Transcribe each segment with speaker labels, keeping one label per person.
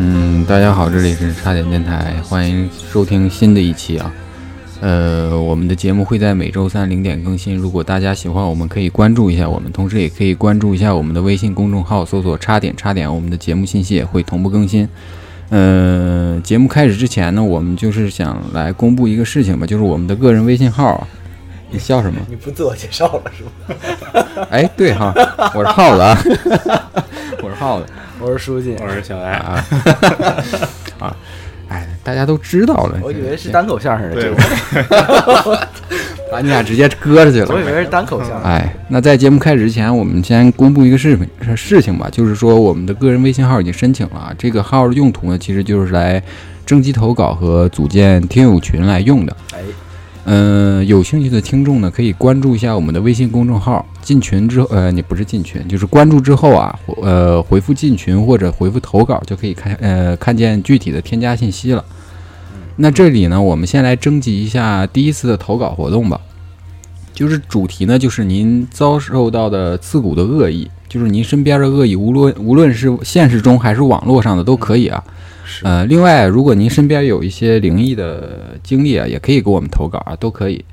Speaker 1: 嗯大家好，这里是差点电台，欢迎收听新的一期啊。呃，我们的节目会在每周三零点更新。如果大家喜欢，我们可以关注一下我们，同时也可以关注一下我们的微信公众号，搜索“差点差点”，我们的节目信息也会同步更新。呃，节目开始之前呢，我们就是想来公布一个事情吧，就是我们的个人微信号啊。你笑什么？
Speaker 2: 你不自我介绍了是吗？
Speaker 1: 哎，对哈，我是耗子，啊，我是耗子。
Speaker 2: 我是书记，
Speaker 3: 我是小艾，
Speaker 1: 啊啊！哎， 大家都知道了。
Speaker 2: 我以为是单口相声的，
Speaker 3: 对，
Speaker 2: 这
Speaker 3: 我
Speaker 2: 个
Speaker 1: 把你俩直接搁出去
Speaker 2: 我以为
Speaker 1: 了。
Speaker 2: 是单口 相声。
Speaker 1: 哎，那在节目开始之前，我们先公布一个事情事情吧，就是说我们的个人微信号已经申请了啊。这个号的用途呢，其实就是来征集投稿和组建听友群来用的。
Speaker 2: 哎，
Speaker 1: 嗯，有兴趣的听众呢，可以关注一下我们的微信公众号。进群之后，呃，你不是进群，就是关注之后啊，回呃，回复进群或者回复投稿，就可以看呃看见具体的添加信息了。那这里呢，我们先来征集一下第一次的投稿活动吧。就是主题呢，就是您遭受到的刺骨的恶意，就是您身边的恶意，无论无论是现实中还是网络上的都可以啊。
Speaker 3: 是
Speaker 1: 呃，另外，如果您身边有一些灵异的经历啊，也可以给我们投稿啊，都可以，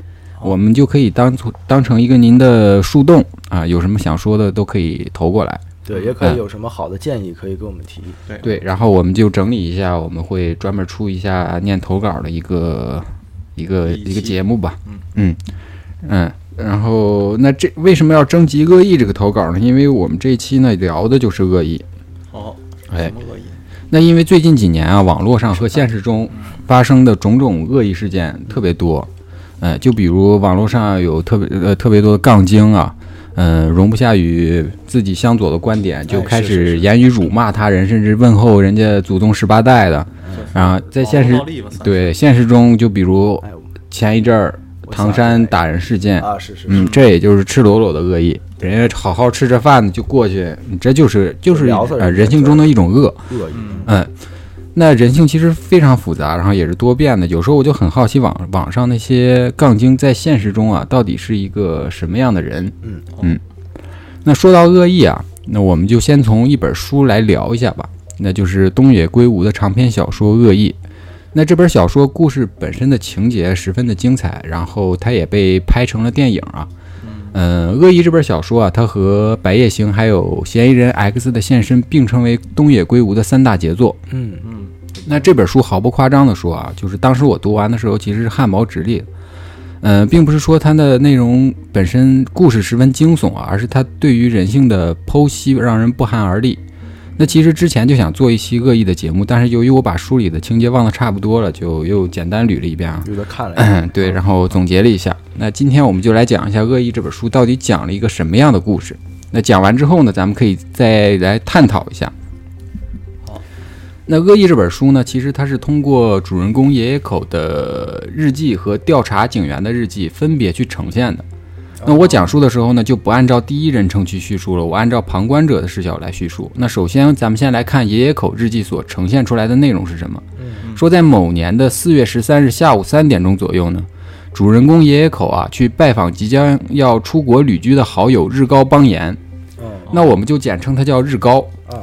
Speaker 1: 我们就可以当做当成一个您的树洞啊，有什么想说的都可以投过来。
Speaker 2: 对，也
Speaker 1: 嗯
Speaker 2: 可以有什么好的建议可以给我们提。
Speaker 1: 对，然后我们就整理一下，我们会专门出一下啊念投稿的一个一个
Speaker 3: 一期
Speaker 1: 一个节目吧。嗯嗯然后那这为什么要征集恶意这个投稿呢？因为我们这一期呢聊的就是恶意。
Speaker 3: 哦，
Speaker 1: 哎
Speaker 3: 什么恶意？
Speaker 1: 那因为最近几年啊，网络上和现实中发生的种种恶意事件特别多，呃，就比如网络上有特别呃特别多的杠精啊，嗯、容不下与自己相左的观点，就开
Speaker 3: 是是
Speaker 1: 始
Speaker 3: 是
Speaker 1: 言语辱骂他人，甚至问候人家祖宗十八代的。然后在现实
Speaker 3: 哦暴力吧，算是，
Speaker 1: 对现实中，就比如
Speaker 2: 哎，我
Speaker 1: 前一阵儿
Speaker 2: 我
Speaker 1: 唐
Speaker 2: 想起
Speaker 1: 山
Speaker 2: 来
Speaker 1: 打人事件，
Speaker 2: 啊，是是
Speaker 1: 嗯，这也就是赤裸裸的恶意。人家好好吃着饭呢，就过去，你这就是就是
Speaker 2: 聊骚人
Speaker 1: 呃
Speaker 2: 家
Speaker 1: 人性中的一种恶。
Speaker 2: 是恶意，
Speaker 3: 嗯，
Speaker 1: 嗯，那人性其实非常复杂，然后也是多变的。有时候我就很好奇网，网上那些杠精在现实中啊，到底是一个什么样的人？
Speaker 2: 嗯
Speaker 1: 嗯。那说到恶意啊，那我们就先从一本书来聊一下吧，那就是东野圭吾的长篇小说《恶意》。那这本小说故事本身的情节十分的精彩，然后它也被拍成了电影啊。嗯，《恶意》这本小说啊，它和《白夜行》还有《嫌疑人 X 的现身》并称为东野圭吾的三大杰作。
Speaker 2: 嗯，
Speaker 1: 那这本书毫不夸张的说啊，就是当时我读完的时候，其实是汗毛直立的。嗯、并不是说它的内容本身故事十分惊悚啊，而是它对于人性的剖析让人不寒而栗。那其实之前就想做一期恶意的节目，但是由于我把书里的情节忘得差不多了，就又简单捋了一遍啊。，
Speaker 2: 有点看了一下
Speaker 1: 对，然后总结了一下。那今天我们就来讲一下《恶意》这本书到底讲了一个什么样的故事。那讲完之后呢，咱们可以再来探讨一下。那《恶意》这本书呢，其实它是通过主人公爷爷口的日记和调查警员的日记分别去呈现的。
Speaker 2: 嗯
Speaker 1: 那我讲述的时候呢，就不按照第一人称去叙述了，我按照旁观者的视角来叙述。那首先，咱们先来看爷爷口日记所呈现出来的内容是什么。说在某年的四月十三日下午三点钟左右呢，主人公爷爷口啊去拜访即将要出国旅居的好友日高邦彦，
Speaker 2: 嗯
Speaker 1: 那我们就简称他叫日高。
Speaker 2: 啊，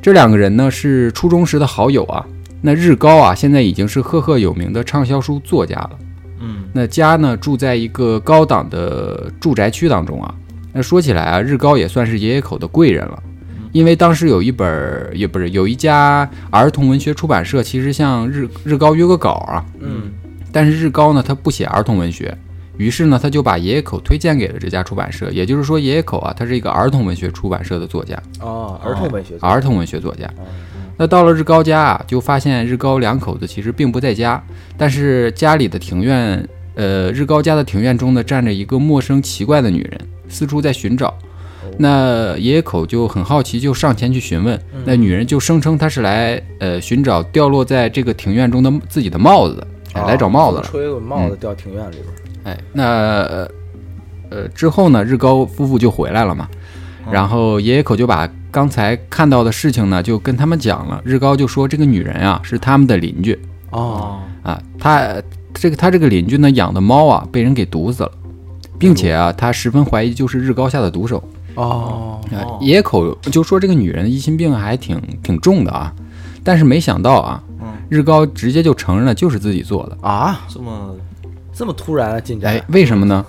Speaker 1: 这两个人呢是初中时的好友啊。那日高啊，现在已经是赫赫有名的畅销书作家了。
Speaker 3: 嗯，
Speaker 1: 那家呢住在一个高档的住宅区当中啊。那说起来啊，日高也算是爷爷口的贵人了，因为当时有一本儿也不是有一家儿童文学出版社，其实向日日高约过稿啊，
Speaker 2: 嗯，
Speaker 1: 但是日高呢他不写儿童文学，于是呢他就把爷爷口推荐给了这家出版社，也就是说爷爷口啊他是一个儿童文学出版社的作家，
Speaker 2: 哦，儿童文学作品，
Speaker 1: 儿童文学作家
Speaker 2: 哦。
Speaker 1: 那到了日高家啊，就发现日高两口子其实并不在家，但是家里的庭院，呃，日高家的庭院中呢，站着一个陌生奇怪的女人，四处在寻找。
Speaker 2: 哦
Speaker 1: 那爷爷口就很好奇，就上前去询问。
Speaker 2: 嗯
Speaker 1: 那女人就声称她是来呃寻找掉落在这个庭院中的自己的帽子，哎，
Speaker 2: 啊
Speaker 1: 来找帽子了。
Speaker 2: 哦
Speaker 1: 嗯
Speaker 2: 吹个帽子掉庭院里边，
Speaker 1: 哎，那呃呃之后呢，日高夫妇就回来了嘛，
Speaker 3: 哦
Speaker 1: 然后爷爷口就把刚才看到的事情呢，就跟他们讲了。日高就说这个女人啊是他们的邻居
Speaker 2: 哦，
Speaker 3: 哦，
Speaker 1: 啊，他这个他这个邻居呢养的猫啊被人给毒死了。并且啊，他十分怀疑就是日高下的毒手。
Speaker 2: 哦，
Speaker 1: 啊
Speaker 3: 哦
Speaker 1: 爷爷口就说这个女人疑心病还挺挺重的啊，但是没想到啊，
Speaker 3: 嗯，
Speaker 1: 日高直接就承认了就是自己做的。
Speaker 2: 啊，
Speaker 3: 这么，
Speaker 2: 这么突然啊，进展
Speaker 1: 哎，为什么呢？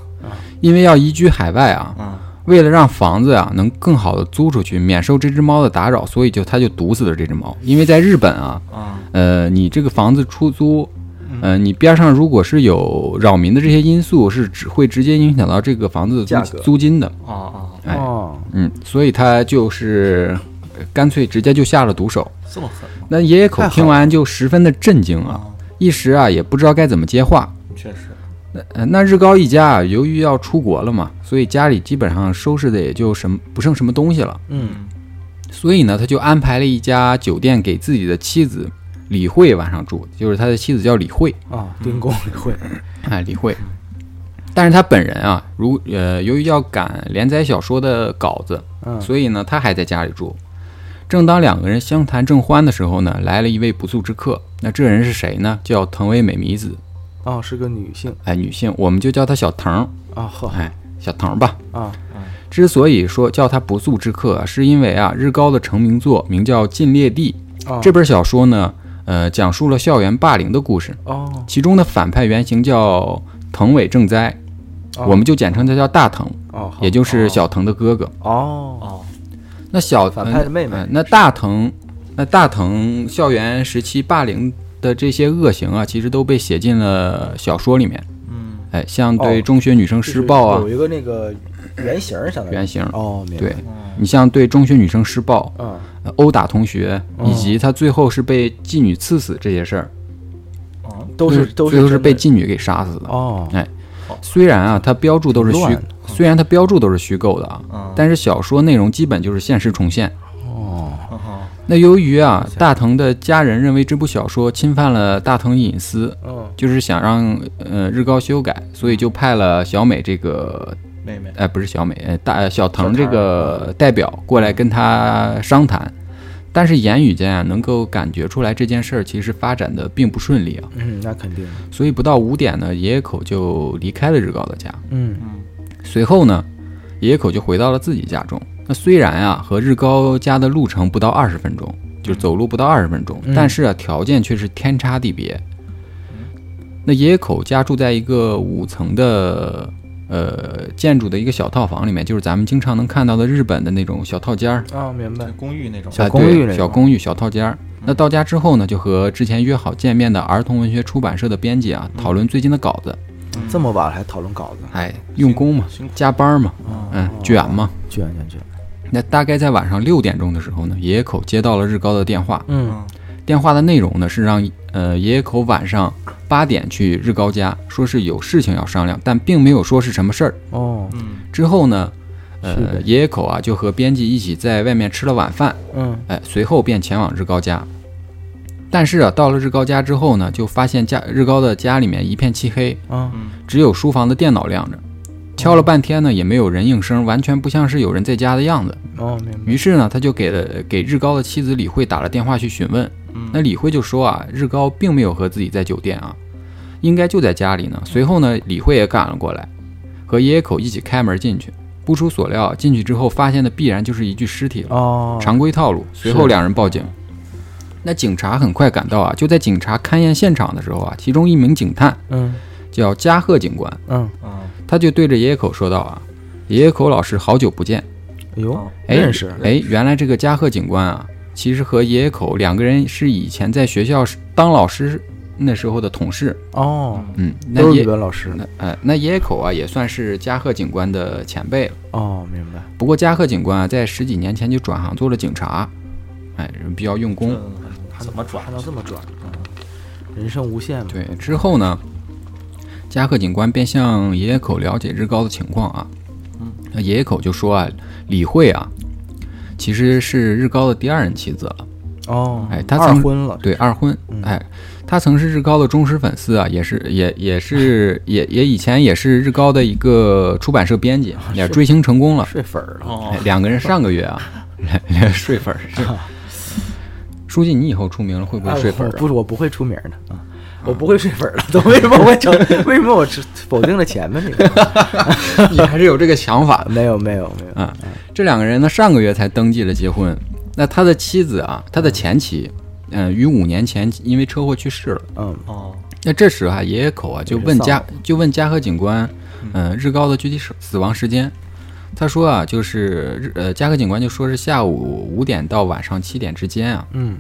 Speaker 1: 因为要移居海外啊，
Speaker 3: 嗯，
Speaker 1: 为了让房子啊能更好的租出去，免受这只猫的打扰，所以就他就毒死了这只猫。因为在日本啊，
Speaker 3: 啊，
Speaker 1: 呃，你这个房子出租，
Speaker 2: 嗯
Speaker 1: 呃，你边上如果是有扰民的这些因素，是只会直接影响到这个房子的
Speaker 2: 价
Speaker 1: 租
Speaker 2: 格
Speaker 1: 租金的。
Speaker 3: 啊啊，
Speaker 1: 哎
Speaker 2: 哦，
Speaker 1: 嗯，所以他就是呃干脆直接就下了毒手。
Speaker 3: 这么狠吗？
Speaker 1: 那爷爷口
Speaker 2: 太好
Speaker 1: 听完就十分的震惊啊，
Speaker 2: 哦
Speaker 3: 啊，
Speaker 1: 一时啊也不知道该怎么接话。
Speaker 3: 确实，
Speaker 1: 呃，那日高一家啊，由于要出国了嘛，所以家里基本上收拾的也就什么不剩什么东西了。
Speaker 2: 嗯，
Speaker 1: 所以呢，他就安排了一家酒店给自己的妻子李慧晚上住，就是他的妻子叫李慧，
Speaker 2: 啊，丁公理会，
Speaker 1: 哎，李慧。但是他本人啊，如呃，由于要赶连载小说的稿子，
Speaker 2: 嗯，
Speaker 1: 所以呢，他还在家里住。正当两个人相谈正欢的时候呢，来了一位不速之客。那这人是谁呢？叫藤尾美弥子，
Speaker 2: 哦，是个女性
Speaker 1: 哎，女性，我们就叫她小藤，
Speaker 2: 啊，呵
Speaker 1: 哎，小藤吧。
Speaker 2: 啊，
Speaker 1: 之所以说叫他不速之客啊，是因为啊，日高的成名作名叫《禁猎地》
Speaker 2: 哦
Speaker 1: 这本小说呢，呃，讲述了校园霸凌的故事，
Speaker 2: 哦，
Speaker 1: 其中的反派原型叫藤尾正哉，
Speaker 2: 哦
Speaker 1: 我们就简称他叫大藤，
Speaker 2: 哦，好
Speaker 1: 也就是小藤的哥哥。
Speaker 2: 哦，
Speaker 3: 哦，
Speaker 1: 那小
Speaker 2: 反派的妹
Speaker 1: 呃
Speaker 2: 妹，
Speaker 1: 那大藤，那大藤校园时期霸凌的这些恶行啊，其实都被写进了小说里面。
Speaker 3: 嗯，
Speaker 1: 哎，像对
Speaker 2: 哦
Speaker 1: 中学女生
Speaker 2: 就
Speaker 1: 施
Speaker 2: 是
Speaker 1: 暴啊
Speaker 2: 有，一个那个原型儿，相当于
Speaker 1: 原型
Speaker 2: 哦，明白
Speaker 1: 对，你像对中学女生施暴，
Speaker 2: 嗯，
Speaker 1: 呃殴打同学，
Speaker 2: 哦
Speaker 1: 以及他最后是被妓女刺死这些事儿，
Speaker 3: 哦，
Speaker 2: 都
Speaker 1: 最
Speaker 2: 是
Speaker 1: 后
Speaker 2: 都
Speaker 1: 最后是
Speaker 2: 真的
Speaker 1: 被妓女给杀死的。
Speaker 2: 哦，
Speaker 1: 哎虽然啊，它标注都是
Speaker 2: 挺
Speaker 1: 虚
Speaker 2: 乱的，
Speaker 1: 虽然它标注都是虚构的啊，
Speaker 3: 嗯，
Speaker 1: 但是小说内容基本就是现实重现。
Speaker 3: 嗯哼
Speaker 1: 那由于啊，大藤的家人认为这部小说侵犯了大藤隐私，
Speaker 2: 嗯，
Speaker 1: 就是想让呃日高修改，所以就派了小美这个，
Speaker 3: 妹妹，
Speaker 1: 哎、不是小美，呃大小藤
Speaker 2: 小藤
Speaker 1: 这个代表过来跟他商谈。但是言语间啊，能够感觉出来这件事儿其实发展的并不顺利啊。
Speaker 2: 嗯，那肯定，
Speaker 1: 所以不到五点呢，爷爷口就离开了日高的家。
Speaker 2: 嗯，
Speaker 3: 嗯，
Speaker 1: 随后呢，爷爷口就回到了自己家中。那虽然啊，和日高家的路程不到二十分钟，就是走路不到二十分钟，
Speaker 2: 嗯
Speaker 1: 但是啊，条件却是天差地别。那爷爷口家住在一个五层的呃建筑的一个小套房里面，就是咱们经常能看到的日本的那种小套间儿，
Speaker 2: 啊，明白
Speaker 3: 就，公寓那种，
Speaker 2: 小
Speaker 1: 啊
Speaker 2: 公
Speaker 1: 对
Speaker 2: 寓那种
Speaker 1: 小公寓、小套间儿。那到家之后呢，就和之前约好见面的儿童文学出版社的编辑啊讨论最近的稿子。
Speaker 2: 这么晚了还讨论稿子，
Speaker 1: 哎，用功嘛
Speaker 3: 辛苦，
Speaker 1: 加班嘛，嗯，卷嘛。
Speaker 2: 卷卷卷，
Speaker 1: 那大概在晚上六点钟的时候呢，爷爷口接到了日高的电话，
Speaker 2: 嗯，
Speaker 3: 嗯，
Speaker 1: 电话的内容呢是让呃爷爷口晚上八点去日高家，说是有事情要商量，但并没有说是什么事儿。
Speaker 2: 哦，
Speaker 3: 嗯，
Speaker 1: 之后呢，
Speaker 2: 是
Speaker 1: 呃
Speaker 2: 的
Speaker 1: 爷爷口啊就和编辑一起在外面吃了晚饭，
Speaker 2: 嗯，
Speaker 1: 哎，随后便前往日高家。但是啊，到了日高家之后呢，就发现家日高的家里面一片漆黑，
Speaker 3: 嗯
Speaker 2: 啊，
Speaker 1: 只有书房的电脑亮着。敲了半天呢，也没有人应声，完全不像是有人在家的样子。
Speaker 2: 哦，明白，
Speaker 1: 于是呢，他就给了给日高的妻子李慧打了电话去询问。那李慧就说啊，日高并没有和自己在酒店啊，应该就在家里呢。随后呢，李慧也赶了过来，和爷爷口一起开门进去。不出所料，啊进去之后发现的必然就是一具尸体了，
Speaker 2: 哦，
Speaker 1: 常规套路。随后两人报警。那警察很快赶到啊，就在警察勘验现场的时候啊，其中一名警探
Speaker 2: 嗯
Speaker 1: 叫加贺警官，
Speaker 2: 嗯，
Speaker 3: 嗯，
Speaker 1: 他就对着爷爷口说道啊，爷爷口老师好久不见。
Speaker 2: 哎呦
Speaker 3: 哦，
Speaker 1: 哎
Speaker 2: 认识，
Speaker 1: 哎，原来这个加贺警官啊，其实和野野口两个人是以前在学校当老师那时候的同事。
Speaker 2: 哦，
Speaker 1: 嗯，那
Speaker 2: 都是语
Speaker 1: 野
Speaker 2: 文老师，
Speaker 1: 那呃，那野野口啊，也算是加贺警官的前辈了。
Speaker 2: 哦，明白，
Speaker 1: 不过加贺警官啊，在十几年前就转行做了警察，哎，人比较用功。
Speaker 3: 这怎么转
Speaker 2: 还？能这么转，嗯人生无限嘛，
Speaker 1: 对，之后呢，加贺警官便向野野口了解日高的情况啊。
Speaker 2: 嗯
Speaker 1: 那野野口就说啊，李慧啊，其实是日高的第二任妻子了。
Speaker 2: 哦，
Speaker 1: 哎他
Speaker 2: 二
Speaker 1: 曾
Speaker 2: 婚了，
Speaker 1: 对，二婚，
Speaker 2: 嗯
Speaker 1: 哎，他曾是日高的忠实粉丝啊，也是也也是也也以前也是日高的一个出版社编辑，也追星成功了。
Speaker 2: 睡粉儿啊了，
Speaker 1: 哎
Speaker 3: 哦，
Speaker 1: 两个人上个月啊，睡粉儿是。 书记，你以后出名了会不会睡粉儿
Speaker 2: 哎我
Speaker 1: 啊？
Speaker 2: 不是，我不会出名的啊。我不会睡粉儿的，为什么我成？为什么我是否定了前面那个？啊
Speaker 1: 你还是有这个想法的。
Speaker 2: 没有，没有，没有。
Speaker 1: 这两个人呢，上个月才登记了结婚。那他的妻子啊，他的前妻，呃，于五年前因为车祸去世了。
Speaker 2: 嗯，
Speaker 3: 哦，
Speaker 1: 那这时啊，爷爷口啊就问嘉就问嘉禾警官，嗯、日高的具体死死亡时间。他说啊，就是日呃，嘉禾警官就说是下午五点到晚上七点之间啊。
Speaker 2: 嗯，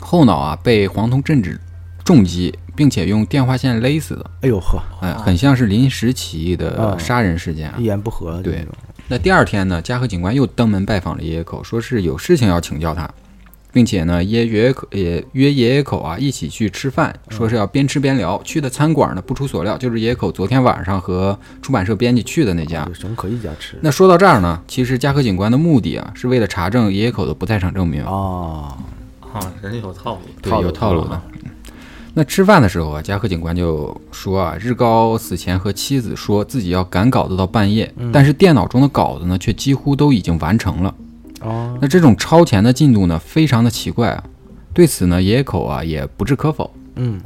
Speaker 1: 后脑啊被黄铜镇纸重击，并且用电话线勒死的，
Speaker 2: 哎呦呵，
Speaker 1: 嗯、很像是临时起义的
Speaker 2: 哦
Speaker 1: 杀人事件啊
Speaker 2: 一。言不合就
Speaker 1: 对
Speaker 2: 那种，
Speaker 1: 那第二天呢，嘉禾警官又登门拜访了爷爷口，说是有事情要请教他，并且呢约爷爷口也约爷爷口啊一起去吃饭，说是要边吃边聊。去的餐馆呢，不出所料，就是爷爷口昨天晚上和出版社编辑去的那家
Speaker 2: 有。什么可一家吃
Speaker 1: 那说到这儿呢，其实嘉禾警官的目的啊，是为了查证爷爷口的不在场证明，
Speaker 2: 哦，
Speaker 3: 啊，人家有套路，
Speaker 1: 对，
Speaker 2: 套路
Speaker 1: 有套路嗯的
Speaker 3: 啊。
Speaker 1: 那吃饭的时候啊，嘉禾警官就说啊，日高死前和妻子说自己要赶稿子到半夜，但是电脑中的稿子呢，却几乎都已经完成了。
Speaker 2: 哦，
Speaker 1: 那这种超前的进度呢，非常的奇怪啊。对此呢，野口啊也不置可否，
Speaker 2: 嗯，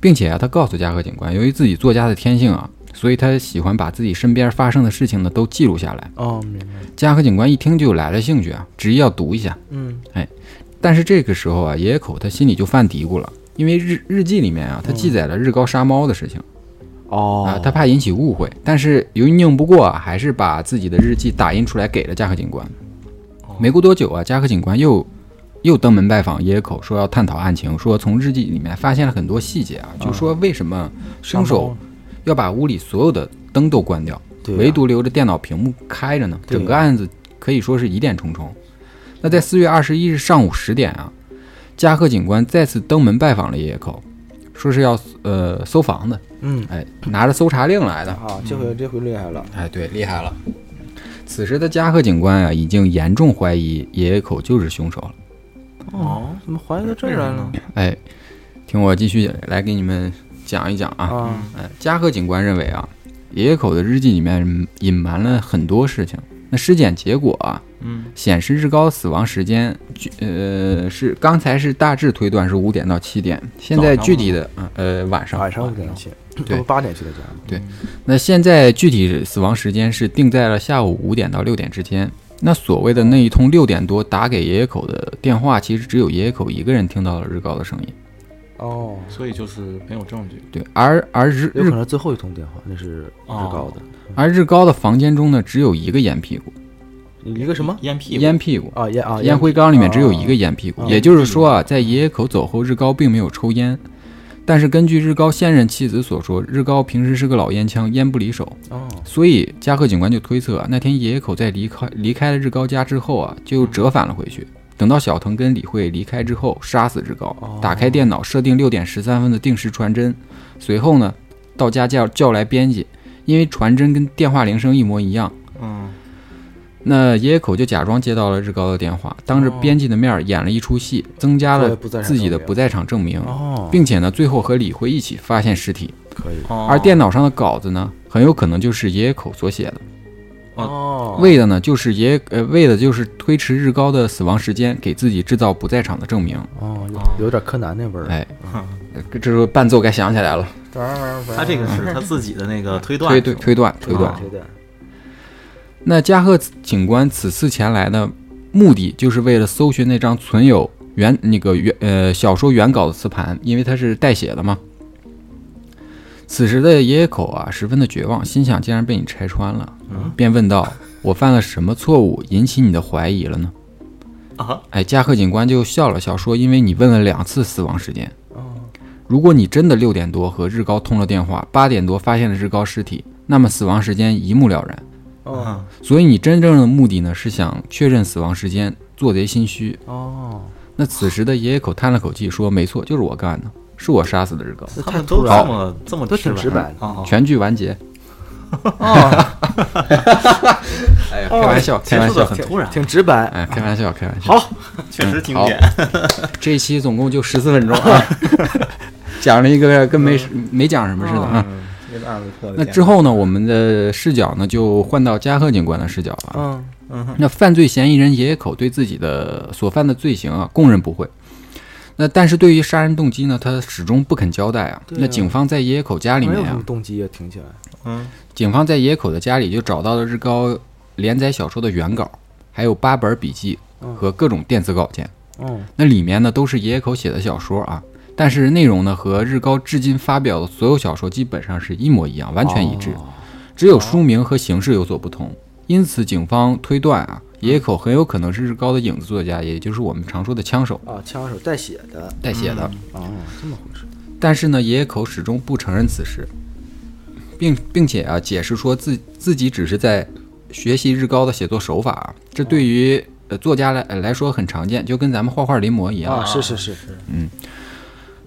Speaker 1: 并且啊，他告诉嘉禾警官，由于自己作家的天性啊，所以他喜欢把自己身边发生的事情呢都记录下来。
Speaker 2: 哦，明白，
Speaker 1: 嘉禾警官一听就来了兴趣啊，执意要读一下。
Speaker 2: 嗯，
Speaker 1: 但是这个时候啊，野口他心里就犯嘀咕了，因为日日记里面啊，他记载了日高杀猫的事情啊
Speaker 2: 哦，，
Speaker 1: 他怕引起误会，但是由于拧不过啊，还是把自己的日记打印出来给了嘉禾警官。
Speaker 2: 哦
Speaker 1: 没过多久啊，嘉禾警官又又登门拜访野口，说要探讨案情，说从日记里面发现了很多细节啊，
Speaker 2: 哦
Speaker 1: 就说为什么凶手要把屋里所有的灯都关掉，
Speaker 2: 对啊
Speaker 1: 唯独留着电脑屏幕开着呢？
Speaker 2: 对啊
Speaker 1: 整个案子可以说是疑点重重。那在四月二十一日上午十点啊，嘉禾警官再次登门拜访了野口，说是要呃搜房子，
Speaker 2: 嗯，
Speaker 1: 哎，拿着搜查令来的。
Speaker 2: 啊，这回这回厉害了，
Speaker 1: 哎，对，厉害了。此时的嘉禾警官啊，已经严重怀疑野野口就是凶手了。
Speaker 3: 哦，
Speaker 2: 怎么怀疑到这儿来了？
Speaker 1: 哎，听我继续来给你们讲一讲啊。
Speaker 2: 啊，
Speaker 3: 嗯
Speaker 1: 哎，嘉禾警官认为啊，野野口的日记里面隐瞒了很多事情。那尸检结果啊，
Speaker 3: 嗯，
Speaker 1: 显示日高死亡时间，具呃是刚才是大致推断是五点到七点，现在
Speaker 3: 早上吗
Speaker 1: 具体的啊呃晚上
Speaker 2: 晚上五点去，
Speaker 1: 对
Speaker 2: 他们八点去的家吗，
Speaker 3: 嗯
Speaker 1: 那现在具体死亡时间是定在了下午五点到六点之间。那所谓的那一通六点多打给爷爷口的电话，其实只有爷爷口一个人听到了日高的声音。
Speaker 2: 哦，
Speaker 3: 所以就是没有证据，
Speaker 1: 对，而而日哦
Speaker 2: 有可
Speaker 1: 日
Speaker 2: 能最后一通电话那是日高的，
Speaker 1: 而日高的房间中呢，只有一个烟屁股，
Speaker 2: 一个什么？
Speaker 3: 烟屁股，
Speaker 1: 烟屁股。
Speaker 2: 啊烟啊
Speaker 1: 烟灰缸里面只有一个烟屁股，
Speaker 2: 哦
Speaker 1: 也就是说啊，在爷爷口走后，日高并没有抽烟。但是根据日高现任妻子所说，日高平时是个老烟枪，烟不离手。
Speaker 2: 哦，
Speaker 1: 所以加贺警官就推测啊，那天野野口在离开离开了日高家之后啊，就折返了回去。等到小藤跟李慧离开之后，杀死日高
Speaker 2: 哦，
Speaker 1: 打开电脑设定六点十三分的定时传真，随后呢，到家叫叫来编辑，因为传真跟电话铃声一模一样。
Speaker 3: 嗯，
Speaker 1: 那野野口就假装接到了日高的电话，当着
Speaker 2: 哦
Speaker 1: 编辑的面儿演了一出戏，增加
Speaker 2: 作为
Speaker 1: 了
Speaker 2: 不在场
Speaker 1: 自己的
Speaker 2: 证明
Speaker 1: 不在场证明，
Speaker 2: 哦，
Speaker 1: 并且呢，最后和李慧一起发现尸体。
Speaker 2: 可以
Speaker 3: 哦
Speaker 1: 而电脑上的稿子呢，很有可能就是野野口所写的。
Speaker 2: 哦
Speaker 1: 为的呢，就是也呃，为的就是推迟日高的死亡时间，给自己制造不在场的证明。
Speaker 2: 哦
Speaker 3: 哦
Speaker 2: 有有点柯南那味儿，
Speaker 1: 哎，这时候伴奏该想起来了，
Speaker 3: 他这个是他自己的那个推断，
Speaker 1: 推推推断推
Speaker 2: 有
Speaker 1: 断。
Speaker 2: 点有点
Speaker 1: 那加贺警官此次前来的目的，就是为了搜寻那张存有原那个原呃小说原稿的磁盘，因为它是代写的嘛。此时的野野口啊，十分的绝望，心想竟然被你拆穿了，便问道：“我犯了什么错误，引起你的怀疑了呢？”
Speaker 3: 啊，
Speaker 1: 哎，加贺警官就笑了笑说：“因为你问了两次死亡时间。
Speaker 2: 哦
Speaker 1: 如果你真的六点多和日高通了电话，八点多发现了日高尸体，那么死亡时间一目了然。嗯
Speaker 3: 嗯
Speaker 2: 哦
Speaker 1: 所以你真正的目的呢，是想确认死亡时间，做贼心虚。
Speaker 2: 哦，
Speaker 1: 那此时的爷爷口叹了口气说：‘没错，就是我干的，是我杀死的日高。
Speaker 2: 这
Speaker 3: 他
Speaker 2: 太
Speaker 3: 们都
Speaker 2: 突
Speaker 3: 这
Speaker 2: 然了，
Speaker 3: 么这么
Speaker 2: 都挺直白的
Speaker 3: 的啊’，
Speaker 1: 全剧完结。
Speaker 2: 哦，
Speaker 1: 哎呀，开玩笑，开玩
Speaker 3: 哦结束的
Speaker 1: 笑，
Speaker 3: 很突然，
Speaker 2: 挺直白，
Speaker 1: 哎，开玩笑，开玩笑。
Speaker 3: 好，确实经典，
Speaker 1: 这一期总共就十四分钟 啊，讲了一个跟没没讲什么似的啊。
Speaker 3: 嗯，这个案子特别
Speaker 1: 那之后呢，我们的视角呢就换到加贺警官的视角了。
Speaker 2: 嗯
Speaker 1: 那犯罪嫌疑人野野口对自己的所犯的罪行啊，供认不讳。那但是对于杀人动机呢，他始终不肯交代啊。
Speaker 2: 对啊
Speaker 1: 那警方在野野口家里
Speaker 2: 没
Speaker 1: 面
Speaker 2: 有什
Speaker 1: 啊
Speaker 2: 么，动机啊，听起来
Speaker 3: 嗯
Speaker 1: 警方在野野口的家里就找到了日高连载小说的原稿，还有八本笔记和各种电子稿件。
Speaker 2: 嗯
Speaker 1: 那里面呢都是爷爷口写的小说啊，但是内容呢和日高至今发表的所有小说基本上是一模一样，完全一致，只有书名和形式有所不同。因此，警方推断啊，爷爷口很有可能是日高的影子作家，也就是我们常说的枪手
Speaker 2: 啊，枪手代写的
Speaker 1: 代写的。
Speaker 2: 哦，这么回事。
Speaker 1: 但是呢，爷爷口始终不承认此事，并并且啊解释说自自己只是在学习日高的写作手法啊，这对于呃作家来呃来说很常见，就跟咱们画画临摹一样。
Speaker 2: 啊，是是是，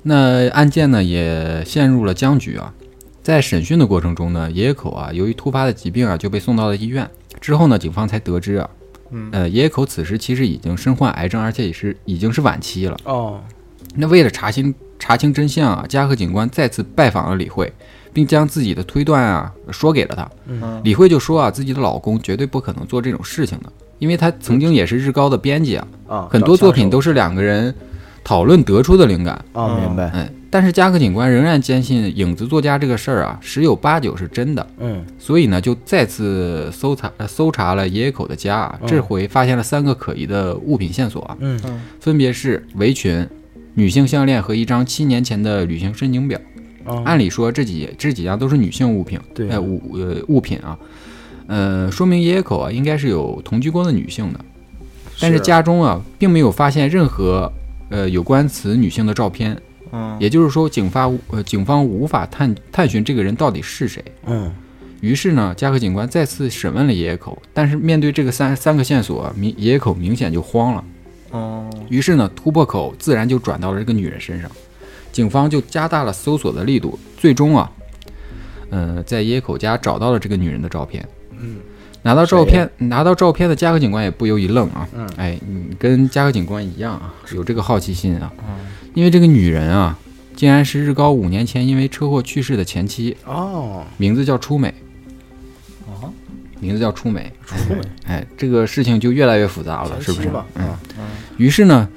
Speaker 1: 那案件呢也陷入了僵局啊。在审讯的过程中呢，爷爷口啊，由于突发的疾病啊，就被送到了医院。之后呢，警方才得知啊，
Speaker 3: 嗯
Speaker 1: 呃，爷爷口此时其实已经身患癌症，而且也是已经是晚期了。
Speaker 2: 哦，
Speaker 1: 那为了查清查清真相啊，嘉禾警官再次拜访了李慧，并将自己的推断啊说给了她。
Speaker 3: 嗯
Speaker 1: 李慧就说啊，自己的老公绝对不可能做这种事情的，因为他曾经也是日高的编辑
Speaker 3: 嗯
Speaker 1: 啊，
Speaker 2: 啊，
Speaker 1: 很多作品都是两个人讨论得出的灵感。
Speaker 2: 啊，明白，
Speaker 1: 嗯，但是加克警官仍然坚信影子作家这个事儿啊，十有八九是真的，
Speaker 2: 嗯，
Speaker 1: 所以呢，就再次搜查呃搜查了爷爷口的家啊，这回发现了三个可疑的物品线索啊，
Speaker 2: 嗯
Speaker 3: 嗯
Speaker 1: 分别是围裙、女性项链和一张七年前的旅行申请表。
Speaker 2: 哦
Speaker 1: 按理说这几这几样都是女性物品，
Speaker 2: 对啊
Speaker 1: 呃物呃物品啊，呃，说明爷爷口啊应该是有同居过的女性的，但是
Speaker 2: 是
Speaker 1: 家中啊并没有发现任何呃有关此女性的照片。
Speaker 3: 嗯，
Speaker 1: 也就是说，警方无呃警方无法探探寻这个人到底是谁。
Speaker 2: 嗯，
Speaker 1: 于是呢，加贺警官再次审问了爷爷口，但是面对这个三三个线索，啊明爷爷口明显就慌了。
Speaker 3: 哦，
Speaker 1: 于是呢，突破口自然就转到了这个女人身上，警方就加大了搜索的力度，最终啊，呃，在野口家找到了这个女人的照片。
Speaker 2: 嗯，
Speaker 1: 拿到照片，拿到照片的加贺警官也不由一愣啊。
Speaker 2: 嗯
Speaker 1: 哎，你跟加贺警官一样啊，有这个好奇心啊。
Speaker 2: 嗯
Speaker 1: 因为这个女人啊，竟然是日高五年前因为车祸去世的前妻，
Speaker 2: 哦，
Speaker 1: 名字叫初美，
Speaker 3: 哦，
Speaker 1: 名字叫初美。哎，这个事情就越来越复杂了，是不是？嗯
Speaker 2: 吧？啊，
Speaker 1: 于是呢，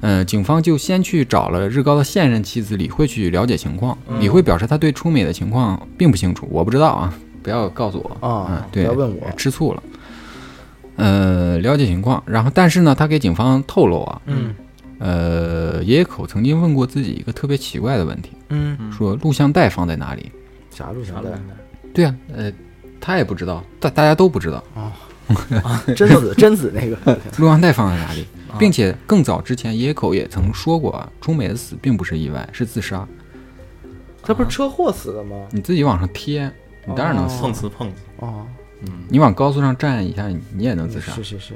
Speaker 1: 呃，警方就先去找了日高的现任妻子李慧去了解情况。
Speaker 2: 嗯
Speaker 1: 李慧表示她对初美的情况并不清楚，我不知道啊，不要告诉我
Speaker 2: 啊
Speaker 1: 嗯对，
Speaker 2: 不要问我
Speaker 1: 吃醋了。呃，了解情况，然后但是呢，她给警方透露啊，
Speaker 2: 嗯
Speaker 1: 呃，野口曾经问过自己一个特别奇怪的问题，
Speaker 2: 嗯，
Speaker 3: 嗯
Speaker 1: 说录像带放在哪里？
Speaker 2: 啥录像带？
Speaker 1: 对啊，呃，他也不知道，大大家都不知道
Speaker 2: 贞子，贞子那个，
Speaker 1: 录像带放在 哪里，
Speaker 2: 啊
Speaker 1: 并且更早之前，野口也曾说过啊，初美的死并不是意外，是自杀。
Speaker 2: 他不是车祸死的吗？
Speaker 1: 你自己往上贴，你当然能死。
Speaker 3: 嗯碰瓷碰瓷，
Speaker 2: 哦，
Speaker 1: 你往高速上站一下，你你也能嗯自杀
Speaker 2: 是。是是，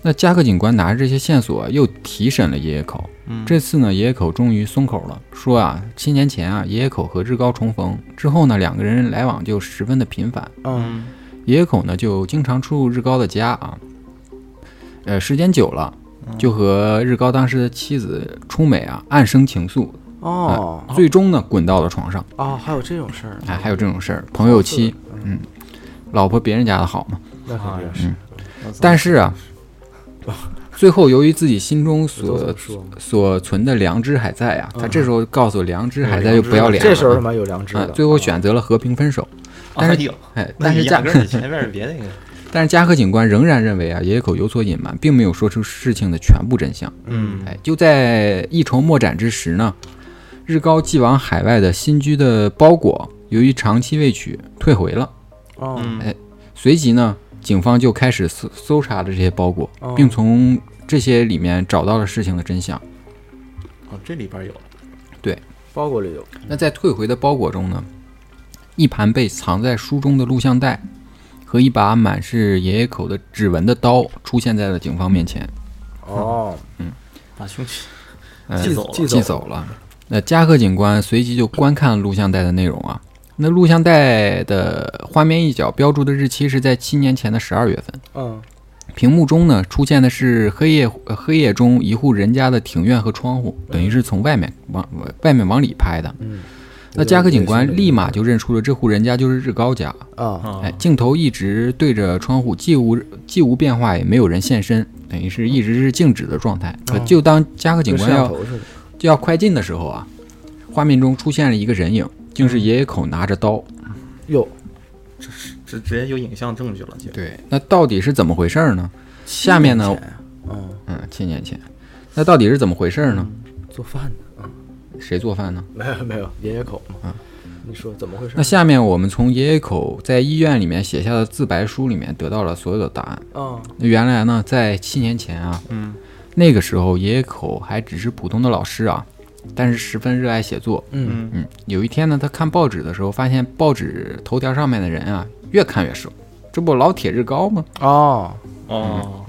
Speaker 1: 那加克警官拿着这些线索又提审了爷爷口。
Speaker 3: 嗯
Speaker 1: 这次呢，爷爷口终于松口了，说啊，七年前啊，爷爷口和日高重逢之后呢，两个人来往就十分的频繁。
Speaker 2: 嗯
Speaker 3: 嗯
Speaker 1: 爷爷口呢就经常出入日高的家啊，呃，时间久了，就和日高当时的妻子初美啊暗生情愫，
Speaker 2: 哦
Speaker 1: 最终呢滚到了床上。
Speaker 2: 哦，还有这种事儿，
Speaker 1: 哎，还有这种事儿，朋友妻，嗯，老婆别人家的好嘛。
Speaker 2: 那肯定是
Speaker 1: 嗯，但是啊，最后由于自己心中
Speaker 2: 都
Speaker 1: 所
Speaker 2: 这么说嘛
Speaker 1: 所存的良知还在啊，他这时候告诉良知还在
Speaker 3: 嗯
Speaker 1: 就不要脸了，
Speaker 2: 这时候他妈有良知
Speaker 1: 啊
Speaker 2: 了，
Speaker 1: 最后选择了和平分手。但是
Speaker 3: 有，
Speaker 1: 哎，
Speaker 3: 啊那
Speaker 1: 但
Speaker 3: 你
Speaker 1: 是
Speaker 3: 压
Speaker 1: 加
Speaker 3: 根儿前面别那个，
Speaker 1: 但是加贺警官仍然认为啊，野口有所隐瞒，并没有说出事情的全部真相。
Speaker 3: 嗯
Speaker 1: 哎，就在一筹莫展之时呢，日高寄往海外的新居的包裹，由于长期未取，退回了。
Speaker 2: 哦
Speaker 3: 嗯
Speaker 1: 哎随即呢，警方就开始搜搜查了这些包裹，
Speaker 2: 哦
Speaker 1: 并从这些里面找到了事情的真相。
Speaker 3: 哦，这里边有，
Speaker 2: 包裹里有，
Speaker 1: 那在退回的包裹中呢，一盘被藏在书中的录像带和一把满是爷爷口的指纹的刀出现在了警方面前，
Speaker 2: 哦，
Speaker 3: 把凶器
Speaker 1: 呃
Speaker 3: 寄走了
Speaker 2: 寄
Speaker 1: 寄走了。那加贺警官随即就观看录像带的内容啊。那录像带的画面一角标注的日期是在七年前的十二月份，
Speaker 2: 嗯，
Speaker 1: 屏幕中呢出现的是黑夜呃黑夜中一户人家的庭院和窗户，等于是从外面往呃外面往里拍的。
Speaker 2: 嗯
Speaker 1: 那加贺警官立马就认出了这户人家就是日高家。
Speaker 2: 啊，
Speaker 3: 啊
Speaker 1: 哎，，镜头一直对着窗户，既无既无变化，也没有人现身，等于是一直是静止的状态。呃就当加贺警
Speaker 2: 啊跟摄
Speaker 1: 官
Speaker 2: 像
Speaker 1: 要
Speaker 2: 头似的，
Speaker 1: 就要快进的时候啊，画面中出现了一个人影，竟
Speaker 2: 嗯
Speaker 1: 是爷爷口拿着刀。
Speaker 2: 有
Speaker 3: 直直接有影像证据了，就
Speaker 1: 对，那到底是怎么回事儿呢？下面呢
Speaker 2: 七年前，嗯
Speaker 1: 嗯，七年前，那到底是怎么回事呢？
Speaker 2: 做饭呢？嗯
Speaker 1: 谁做饭呢？
Speaker 2: 没有没有，爷爷口嘛。
Speaker 1: 嗯
Speaker 2: 你说怎么回事
Speaker 1: 那？下面我们从爷爷口在医院里面写下的自白书里面得到了所有的答案。
Speaker 2: 啊，
Speaker 1: 那原来呢，在七年前啊，
Speaker 3: 嗯，
Speaker 1: 那个时候爷爷口还只是普通的老师啊，但是十分热爱写作。
Speaker 2: 嗯
Speaker 1: 嗯，有一天呢，他看报纸的时候，发现报纸头条上面的人啊，越看越瘦，这不老铁日高吗？
Speaker 2: 哦，
Speaker 3: 哦，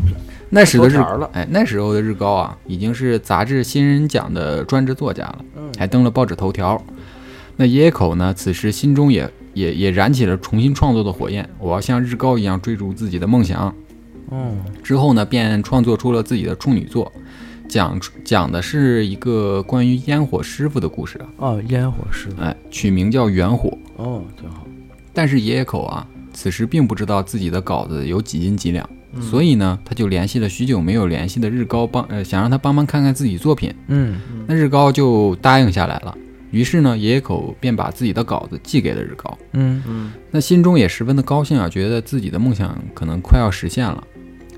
Speaker 1: 那时的日
Speaker 2: 头条了
Speaker 1: 哎，那时候的日高啊，已经是杂志新人奖的专职作家了，
Speaker 2: 嗯
Speaker 1: 还登了报纸头条。那野口呢，此时心中也也也燃起了重新创作的火焰，我要像日高一样追逐自己的梦想。
Speaker 2: 嗯
Speaker 1: 之后呢，便创作出了自己的处女作，讲讲的是一个关于烟火师傅的故事啊，
Speaker 2: 哦，烟火师
Speaker 1: 哎，取名叫《远火》。
Speaker 2: 哦，挺好。
Speaker 1: 但是野野口啊，此时并不知道自己的稿子有几斤几两，所以呢，他就联系了许久没有联系的日高帮，呃，想让他帮忙看看自己作品。
Speaker 2: 嗯
Speaker 1: 那日高就答应下来了。于是呢，野野口便把自己的稿子寄给了日高。
Speaker 2: 嗯
Speaker 3: 嗯
Speaker 1: 那心中也十分的高兴啊，觉得自己的梦想可能快要实现了。